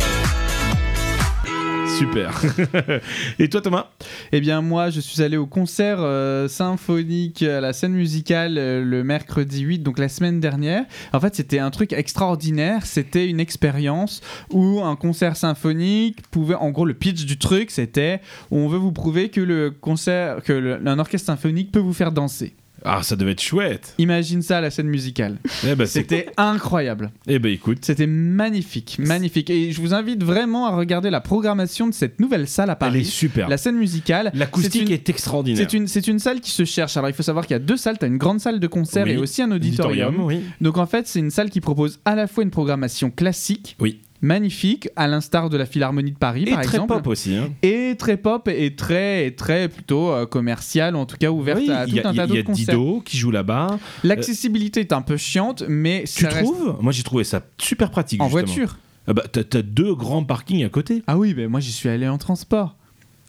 [SPEAKER 2] Super. [laughs] et toi, Thomas
[SPEAKER 3] Eh bien, moi, je suis allé au concert euh, symphonique à la scène musicale euh, le mercredi 8, donc la semaine dernière. En fait, c'était un truc extraordinaire. C'était une expérience où un concert symphonique pouvait. En gros, le pitch du truc, c'était on veut vous prouver que le concert, que le- un orchestre symphonique peut vous faire danser.
[SPEAKER 2] Ah, ça devait être chouette.
[SPEAKER 3] Imagine ça à la
[SPEAKER 2] [laughs]
[SPEAKER 3] scène musicale.
[SPEAKER 2] Eh ben, c'est-
[SPEAKER 3] C'était incroyable.
[SPEAKER 2] eh ben écoute,
[SPEAKER 3] C'était magnifique, magnifique. Et je vous invite vraiment à regarder la programmation de cette nouvelle salle à
[SPEAKER 2] elle est
[SPEAKER 3] Paris.
[SPEAKER 2] super.
[SPEAKER 3] La scène musicale.
[SPEAKER 2] L'acoustique
[SPEAKER 3] C'est une-
[SPEAKER 2] est extraordinaire.
[SPEAKER 3] C'est une, c'est une salle qui se cherche. Alors il faut savoir qu'il y a deux salles. Tu as une grande salle de concert
[SPEAKER 2] Oui.
[SPEAKER 3] et aussi un auditorium.
[SPEAKER 2] oui.
[SPEAKER 3] Donc en fait, c'est une salle qui propose à la fois une programmation classique,
[SPEAKER 2] Oui.
[SPEAKER 3] magnifique, à l'instar de la Philharmonie de Paris
[SPEAKER 2] Et
[SPEAKER 3] par
[SPEAKER 2] très
[SPEAKER 3] exemple,
[SPEAKER 2] pop aussi. hein.
[SPEAKER 3] et très pop et très, et très plutôt euh, commerciale, ou en tout cas ouverte
[SPEAKER 2] Oui,
[SPEAKER 3] à
[SPEAKER 2] il
[SPEAKER 3] tout
[SPEAKER 2] y a,
[SPEAKER 3] un
[SPEAKER 2] il y a-
[SPEAKER 3] tas
[SPEAKER 2] il y a
[SPEAKER 3] d'autres concerts.
[SPEAKER 2] Dido qui joue là-bas.
[SPEAKER 3] L'accessibilité est un peu chiante, mais
[SPEAKER 2] Tu
[SPEAKER 3] ça reste
[SPEAKER 2] trouves Moi j'ai trouvé ça super pratique.
[SPEAKER 3] en
[SPEAKER 2] justement.
[SPEAKER 3] voiture.
[SPEAKER 2] Ah bah, T'as t'as deux grands parkings à côté.
[SPEAKER 3] Ah oui, ben moi j'y suis allé en transport.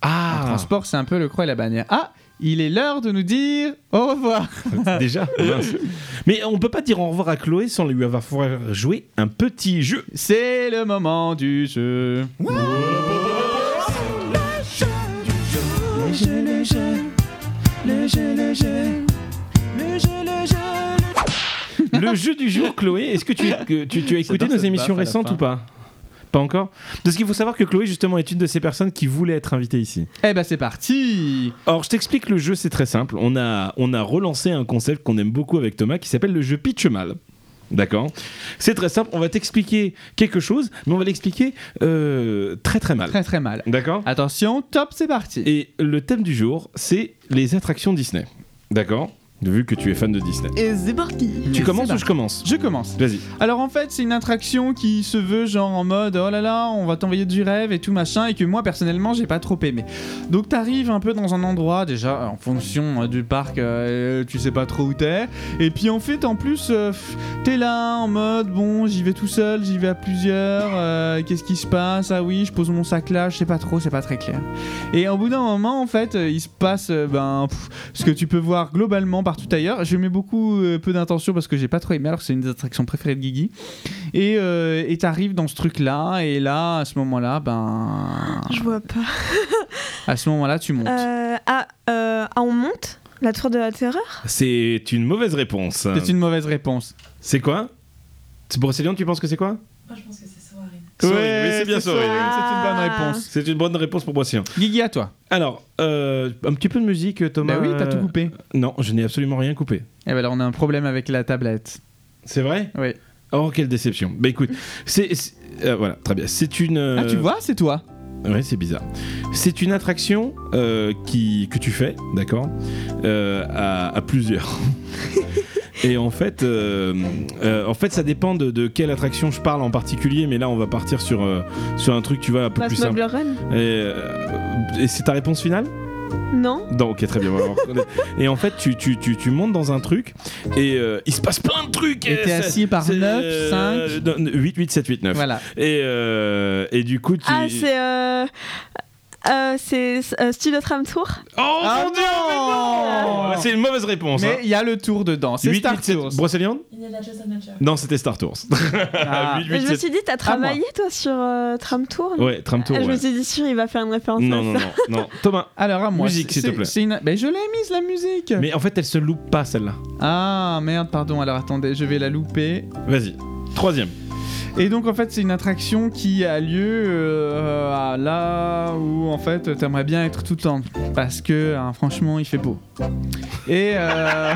[SPEAKER 3] En
[SPEAKER 2] Ah,
[SPEAKER 3] transport, c'est un peu le croix et la bannière. Ah, il est l'heure de nous dire au revoir.
[SPEAKER 2] [laughs] déjà. mince. Mais on peut pas dire au revoir à Chloé sans lui avoir fait jouer un petit jeu.
[SPEAKER 3] C'est le moment du jeu. [laughs]
[SPEAKER 2] Le jeu du jour, Chloé. Est-ce que tu, que tu, tu as écouté
[SPEAKER 3] J'adore
[SPEAKER 2] nos
[SPEAKER 3] cette
[SPEAKER 2] émissions
[SPEAKER 3] baffe à la
[SPEAKER 2] récentes
[SPEAKER 3] fin.
[SPEAKER 2] ou pas Pas encore Parce qu'il faut savoir que Chloé, justement, est une de ces personnes qui voulait être invitée ici.
[SPEAKER 3] Eh ben c'est parti
[SPEAKER 2] Or, je t'explique le jeu, c'est très simple. On a, on a relancé un concept qu'on aime beaucoup avec Thomas qui s'appelle le jeu Pitch Mal. D'accord C'est très simple, on va t'expliquer quelque chose, mais on va l'expliquer euh, très très mal.
[SPEAKER 3] Très très mal.
[SPEAKER 2] D'accord
[SPEAKER 3] Attention, top, c'est parti.
[SPEAKER 2] Et le thème du jour, c'est les attractions Disney. D'accord vu que tu es fan de Disney.
[SPEAKER 1] Et c'est parti
[SPEAKER 2] Tu
[SPEAKER 3] Mais
[SPEAKER 2] commences
[SPEAKER 3] c'est
[SPEAKER 2] ou je commence
[SPEAKER 3] Je commence.
[SPEAKER 2] Vas-y.
[SPEAKER 3] Alors en fait, c'est une attraction qui se veut genre en mode oh là là, on va t'envoyer du rêve et tout machin, et que moi personnellement j'ai pas trop aimé. Donc t'arrives un peu dans un endroit déjà en fonction euh, du parc, euh, tu sais pas trop où t'es, et puis en fait en plus euh, pff, t'es là en mode bon j'y vais tout seul, j'y vais à plusieurs, euh, qu'est-ce qui se passe Ah oui, je pose mon sac là, je sais pas trop, c'est pas très clair. Et au bout d'un moment en fait, euh, il se passe euh, ben pff, ce que tu peux voir globalement partout ailleurs. Je mets beaucoup euh, peu d'intention parce que j'ai pas trop aimé alors que c'est une des attractions préférées de Guigui. Et euh, et t'arrives dans ce truc là et là à ce moment là ben
[SPEAKER 2] Ah.
[SPEAKER 1] Je vois pas.
[SPEAKER 3] à ce moment là tu montes.
[SPEAKER 1] Euh, ah, euh, ah, on monte La tour de la terreur
[SPEAKER 2] C'est une mauvaise réponse.
[SPEAKER 3] C'est une mauvaise réponse.
[SPEAKER 2] C'est quoi C'est Brocéliande, tu penses que c'est quoi
[SPEAKER 4] Moi, je pense que c'est Soarin.
[SPEAKER 2] Sorry, mais c'est bien
[SPEAKER 3] Sorry,
[SPEAKER 2] Sorry.
[SPEAKER 3] C'est une bonne
[SPEAKER 1] Ah.
[SPEAKER 3] réponse.
[SPEAKER 2] C'est une bonne réponse pour Brocéliande.
[SPEAKER 3] Guigui à toi.
[SPEAKER 2] Alors, euh, un petit peu de musique, Thomas.
[SPEAKER 3] bah oui, t'as
[SPEAKER 2] euh,
[SPEAKER 3] tout coupé.
[SPEAKER 2] Non, je n'ai absolument rien coupé.
[SPEAKER 3] Et ben alors on a un problème avec la tablette.
[SPEAKER 2] C'est vrai
[SPEAKER 3] Oui.
[SPEAKER 2] Oh, quelle déception. Bah écoute, c'est. c'est- euh, voilà, très bien. C'est une. euh,
[SPEAKER 3] Ah tu vois, c'est toi.
[SPEAKER 2] Ouais, c'est bizarre. C'est une attraction euh, qui, que tu fais, d'accord euh, à, à
[SPEAKER 3] [laughs]
[SPEAKER 2] plusieurs. Et en fait, euh, euh, en fait, ça dépend de, de quelle attraction je parle en particulier, mais là, on va partir sur, euh, sur un truc, tu vois, un peu
[SPEAKER 1] La
[SPEAKER 2] plus simple.
[SPEAKER 1] Smuggler Run
[SPEAKER 2] Et, euh, et c'est ta réponse finale
[SPEAKER 1] Non
[SPEAKER 2] Non, ok, très bien. on va reconnaître. et en fait, tu, tu, tu, tu montes dans un truc et euh, il se passe plein de trucs.
[SPEAKER 3] Et t'es
[SPEAKER 2] ça-
[SPEAKER 3] assis par
[SPEAKER 2] c'est,
[SPEAKER 3] neuf,
[SPEAKER 2] euh,
[SPEAKER 3] cinq.
[SPEAKER 2] non, 8, 8, 7, 8, 9.
[SPEAKER 3] Voilà.
[SPEAKER 2] Et, euh, et du coup, tu.
[SPEAKER 1] Ah, c'est. Euh... euh, c'est euh, Studio Tram Tour
[SPEAKER 2] Oh
[SPEAKER 3] Ah
[SPEAKER 2] mon dieu, mais non
[SPEAKER 3] non
[SPEAKER 2] Ah, C'est une mauvaise réponse.
[SPEAKER 3] Oh. Mais
[SPEAKER 2] hein.
[SPEAKER 3] il y a le tour dedans. C'est
[SPEAKER 2] 8,
[SPEAKER 3] Star
[SPEAKER 2] 8, 7,
[SPEAKER 3] Tours.
[SPEAKER 2] Brocéliande
[SPEAKER 4] Just Adventure.
[SPEAKER 2] Non, c'était Star
[SPEAKER 1] [laughs]
[SPEAKER 2] Tours. [laughs]
[SPEAKER 3] Ah.
[SPEAKER 2] 8,
[SPEAKER 1] Mais
[SPEAKER 2] 8,
[SPEAKER 1] Je me
[SPEAKER 2] 7.
[SPEAKER 1] suis dit, t'as travaillé toi sur euh, Tram Tour non
[SPEAKER 2] Ouais, Tram Tour.
[SPEAKER 1] Ah, Je
[SPEAKER 2] ouais.
[SPEAKER 1] me suis dit, sûr, il va faire une référence
[SPEAKER 2] Non,
[SPEAKER 1] à
[SPEAKER 2] non,
[SPEAKER 1] ça.
[SPEAKER 2] non, non. Thomas.
[SPEAKER 3] Alors à moi.
[SPEAKER 2] Musique,
[SPEAKER 3] c'est-
[SPEAKER 2] s'il te plaît.
[SPEAKER 3] c'est une- Ben je l'ai mise la musique.
[SPEAKER 2] Mais en fait, elle se loupe pas celle-là.
[SPEAKER 3] Ah merde, pardon, alors attendez, je vais la louper.
[SPEAKER 2] Vas-y. Troisième.
[SPEAKER 3] Et donc en fait c'est une attraction qui a lieu euh, à là où en fait t'aimerais bien être tout le temps parce que hein, franchement il fait beau. Et, euh,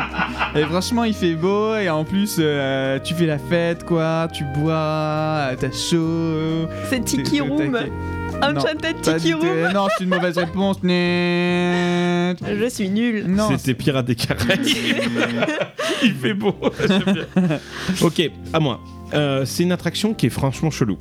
[SPEAKER 3] [laughs] et franchement il fait beau et en plus euh, tu fais la fête quoi, tu bois, euh, t'as chaud.
[SPEAKER 1] [laughs] C'est
[SPEAKER 3] t'es-
[SPEAKER 1] Tiki
[SPEAKER 3] t'es au
[SPEAKER 1] Room
[SPEAKER 3] taquet. Non,
[SPEAKER 1] Enchanted
[SPEAKER 3] pas
[SPEAKER 1] Tiki
[SPEAKER 3] du tout.
[SPEAKER 1] Room
[SPEAKER 3] Non c'est une
[SPEAKER 1] [laughs]
[SPEAKER 3] mauvaise réponse. Net.
[SPEAKER 1] Je suis nulle
[SPEAKER 3] Non.
[SPEAKER 2] C'était Pirates des Caraïbes. Il fait beau. [laughs] J'aime bien. ok, à moi. Euh, c'est une attraction qui est franchement chelou.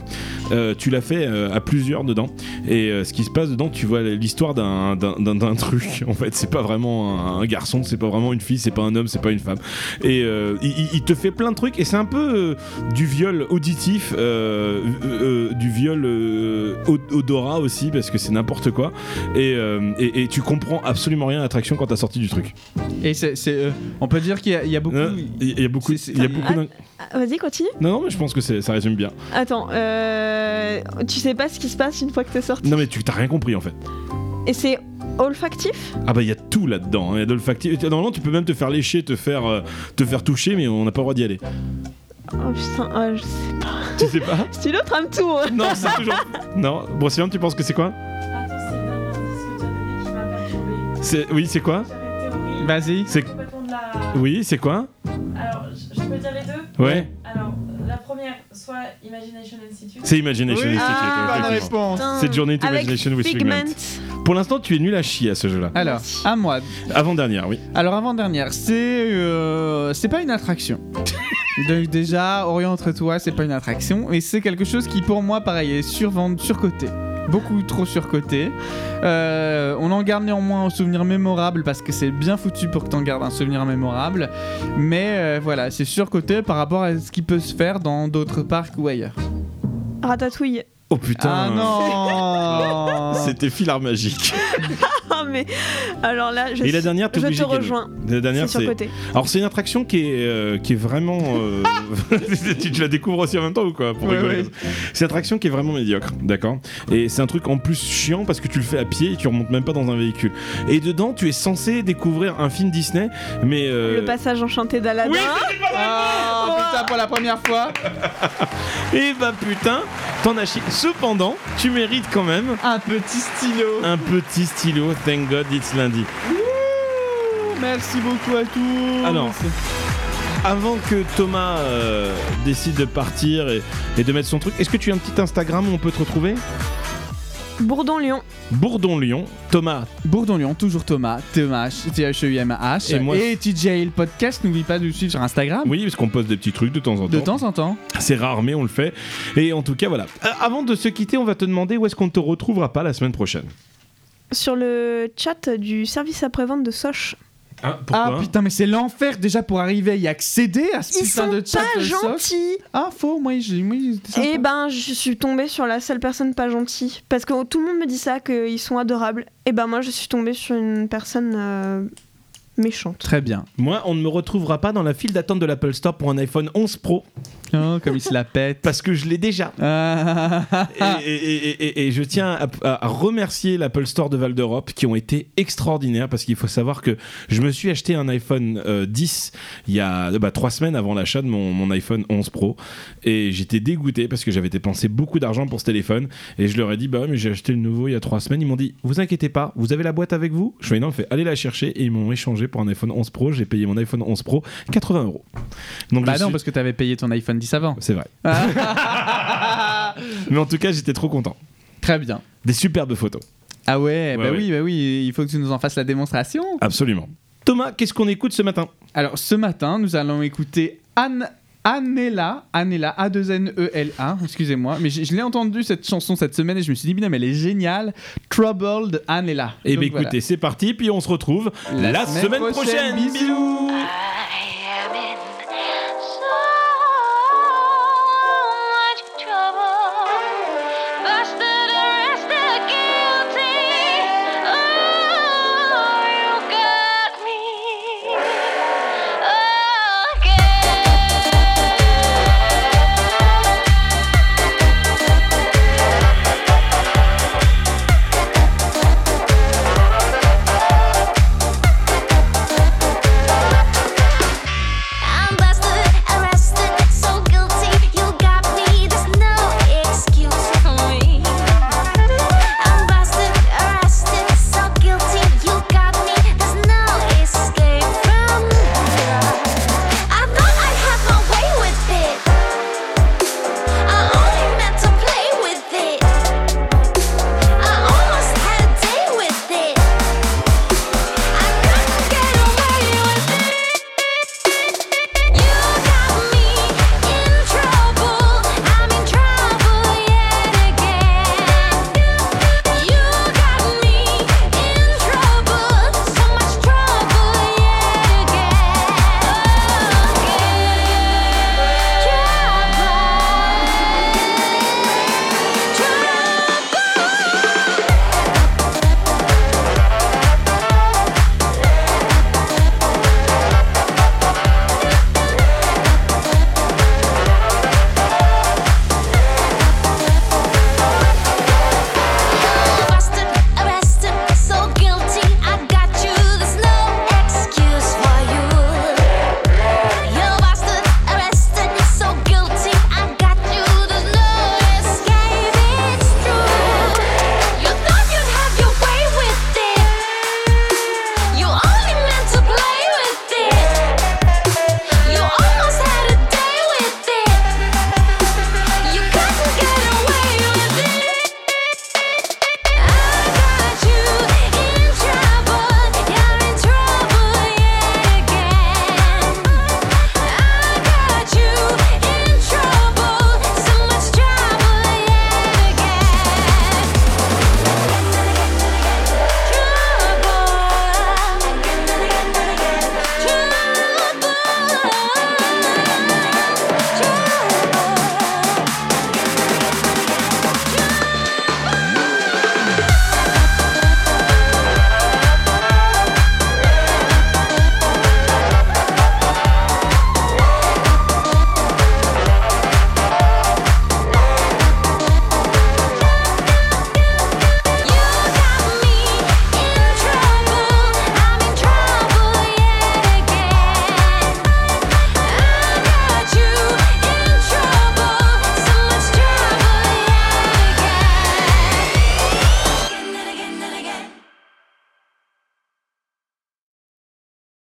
[SPEAKER 2] Euh, tu l'as fait euh, à plusieurs dedans. Et euh, ce qui se passe dedans, tu vois l'histoire d'un, d'un, d'un- d'un truc. En fait, c'est pas vraiment un, un garçon, c'est pas vraiment une fille, c'est pas un homme, c'est pas une femme. Et euh, il, il- il te fait plein de trucs. Et c'est un peu euh, du viol auditif, euh, euh, euh, du viol euh, od- odorat aussi, parce que c'est n'importe quoi. Et, euh, et- et tu comprends absolument rien à l'attraction quand t'as sorti du truc.
[SPEAKER 3] Et c'est, c'est, euh, on peut dire qu'il y a, il y a beaucoup.
[SPEAKER 2] Hein Il y a beaucoup,
[SPEAKER 3] C'est-
[SPEAKER 2] il y a beaucoup d'in-
[SPEAKER 1] Ah, Vas-y, continue
[SPEAKER 2] Non, non, mais je pense que c'est- ça résume bien.
[SPEAKER 1] Attends, euh... tu sais pas ce qui se passe une fois que t'es sorti
[SPEAKER 2] Non, mais tu t'as rien compris en fait.
[SPEAKER 1] Et c'est olfactif
[SPEAKER 2] Ah bah il y a tout là-dedans. hein. Il y a de l'olfactif. Normalement, tu peux même te faire lécher, te faire, euh, te faire toucher, mais on n'a pas le droit d'y aller.
[SPEAKER 1] Oh putain, oh, je sais pas.
[SPEAKER 2] Tu
[SPEAKER 1] [laughs]
[SPEAKER 2] sais pas
[SPEAKER 1] Studio Tram Tour
[SPEAKER 2] Non, c'est toujours. [laughs] Non, Brocéliande, tu penses que c'est quoi
[SPEAKER 4] Attends, c'est le dernier indice que tu as donné qui m'a perturbé.
[SPEAKER 2] C'est oui, c'est quoi
[SPEAKER 4] J'avais théorie.
[SPEAKER 3] Vas-y.
[SPEAKER 2] C'est
[SPEAKER 4] complètement de la.
[SPEAKER 2] oui, c'est quoi
[SPEAKER 4] Alors, je, je peux dire les deux
[SPEAKER 2] Ouais.
[SPEAKER 4] Alors, la première, soit Imagination Institute.
[SPEAKER 2] C'est Imagination
[SPEAKER 3] Oui, bah,
[SPEAKER 2] Institute,
[SPEAKER 1] Ah,
[SPEAKER 2] ouais,
[SPEAKER 3] bonne
[SPEAKER 2] effectivement.
[SPEAKER 3] réponse.
[SPEAKER 2] Cette journée to
[SPEAKER 1] Avec
[SPEAKER 2] Imagination with
[SPEAKER 1] Figment.
[SPEAKER 2] Figment. Pour l'instant, tu es nul à chier à ce jeu-là.
[SPEAKER 3] Alors, à moi,
[SPEAKER 2] Avant dernière, oui.
[SPEAKER 3] Alors avant dernière, c'est euh, c'est pas une attraction. Donc déjà, oriente-toi, c'est pas une attraction, mais c'est quelque chose qui pour moi, pareil, est survend- surcoté, beaucoup trop surcoté. Euh, on en garde néanmoins un souvenir mémorable parce que c'est bien foutu pour que t'en gardes un souvenir mémorable, mais euh, voilà, c'est surcoté par rapport à ce qui peut se faire dans d'autres parcs ou ailleurs.
[SPEAKER 1] Ratatouille. [laughs]
[SPEAKER 2] Oh putain.
[SPEAKER 3] Ah
[SPEAKER 2] [laughs]
[SPEAKER 3] non
[SPEAKER 2] C'était filard magique.
[SPEAKER 1] Ah mais alors là, je,
[SPEAKER 2] Et la
[SPEAKER 1] suis-
[SPEAKER 2] dernière, t'es
[SPEAKER 1] je
[SPEAKER 2] obligé
[SPEAKER 1] te
[SPEAKER 2] de gagner.
[SPEAKER 1] rejoins.
[SPEAKER 2] La dernière,
[SPEAKER 1] C'est
[SPEAKER 2] c'est
[SPEAKER 1] surcoté.
[SPEAKER 2] Alors c'est une attraction qui est, euh, qui est vraiment... euh, [laughs] tu, tu la découvres aussi en même temps ou quoi pour
[SPEAKER 3] Ouais,
[SPEAKER 2] rigoler
[SPEAKER 3] ouais.
[SPEAKER 2] C'est une attraction qui est vraiment médiocre, d'accord Et c'est un truc en plus chiant parce que tu le fais à pied et tu remontes même pas dans un véhicule. Et dedans, tu es censé découvrir un film Disney, mais... euh,
[SPEAKER 1] Le passage enchanté d'Aladin.
[SPEAKER 2] Oui,
[SPEAKER 3] Ah putain, pour la première fois
[SPEAKER 2] et bah putain, t'en as chié. Cependant, tu mérites quand même
[SPEAKER 3] Un petit stylo
[SPEAKER 2] un petit stylo, thank god it's lundi.
[SPEAKER 3] Merci beaucoup à tous.
[SPEAKER 2] Alors, Avant que Thomas euh, décide de partir et, et de mettre son truc, est-ce que tu as un petit Instagram où on peut te retrouver
[SPEAKER 1] Bourdon-Lyon.
[SPEAKER 2] Bourdon-Lyon, Thomas.
[SPEAKER 3] Bourdon-Lyon, toujours Thomas, Thomas, E T-H-E-I-M-A-H.
[SPEAKER 2] Et moi-
[SPEAKER 3] et TJ, le podcast, n'oublie pas de nous suivre sur Instagram.
[SPEAKER 2] Oui, parce qu'on poste des petits trucs de temps en
[SPEAKER 3] De
[SPEAKER 2] temps.
[SPEAKER 3] temps en temps.
[SPEAKER 2] C'est rare, mais on le fait. Et en tout cas, voilà. Euh, avant de se quitter, on va te demander où est-ce qu'on ne te retrouvera pas la semaine prochaine.
[SPEAKER 1] Sur le chat du service après-vente de Soch.
[SPEAKER 2] Ah,
[SPEAKER 3] ah putain, mais c'est l'enfer déjà pour arriver à y accéder à ce
[SPEAKER 1] Ils
[SPEAKER 3] putain
[SPEAKER 1] sont
[SPEAKER 3] de chat.
[SPEAKER 1] pas
[SPEAKER 3] de soc.
[SPEAKER 1] gentils
[SPEAKER 3] Ah, faux, moi, j'ai. moi, j'étais sympa.
[SPEAKER 1] Et ben, je suis tombée sur la seule personne pas gentille. Parce que tout le monde me dit ça, qu'ils sont adorables. Et ben, moi, je suis tombée sur une personne euh, méchante.
[SPEAKER 3] Très bien.
[SPEAKER 2] Moi, on ne me retrouvera pas dans la file d'attente de l'Apple Store pour un iPhone 11 Pro
[SPEAKER 3] Oh, comme il se
[SPEAKER 2] [laughs]
[SPEAKER 3] la pète.
[SPEAKER 2] parce que je l'ai déjà.
[SPEAKER 3] Ah,
[SPEAKER 2] Et, et- et- et- et je tiens à, à- à remercier l'Apple Store de Val d'Europe qui ont été extraordinaires parce qu'il faut savoir que je me suis acheté un iPhone euh, 10 il y a euh, bah, trois semaines avant l'achat de mon, mon iPhone 11 Pro et j'étais dégoûté parce que j'avais dépensé beaucoup d'argent pour ce téléphone et je leur ai dit bah ouais, mais j'ai acheté le nouveau il y a trois semaines ils m'ont dit vous inquiétez pas vous avez la boîte avec vous je fais non fait allez la chercher et ils m'ont échangé pour un iPhone 11 Pro j'ai payé mon iPhone 11 Pro 80 euros donc
[SPEAKER 3] Bah
[SPEAKER 2] je
[SPEAKER 3] non,
[SPEAKER 2] suis-
[SPEAKER 3] parce que t'avais payé ton iPhone 10 avant. Ah,
[SPEAKER 2] c'est vrai [laughs] mais en tout cas j'étais trop content
[SPEAKER 3] Très bien.
[SPEAKER 2] des superbes photos
[SPEAKER 3] Ah ouais,
[SPEAKER 2] Ouais,
[SPEAKER 3] bah
[SPEAKER 2] ouais.
[SPEAKER 3] oui, bah oui, il faut que tu nous en fasses la démonstration.
[SPEAKER 2] Absolument. Thomas, qu'est-ce qu'on écoute ce matin
[SPEAKER 3] Alors ce matin, nous allons écouter Anne. Anela, Anela, A2N-E-L-A, E excusez-moi, mais je, je l'ai entendu cette chanson cette semaine et je me suis dit, mais non, mais elle est géniale, Troubled Anela.
[SPEAKER 2] Eh
[SPEAKER 3] Donc
[SPEAKER 2] bien écoutez,
[SPEAKER 3] voilà.
[SPEAKER 2] c'est parti, puis on se retrouve la, semaine, prochaine. Bisous
[SPEAKER 3] bisous.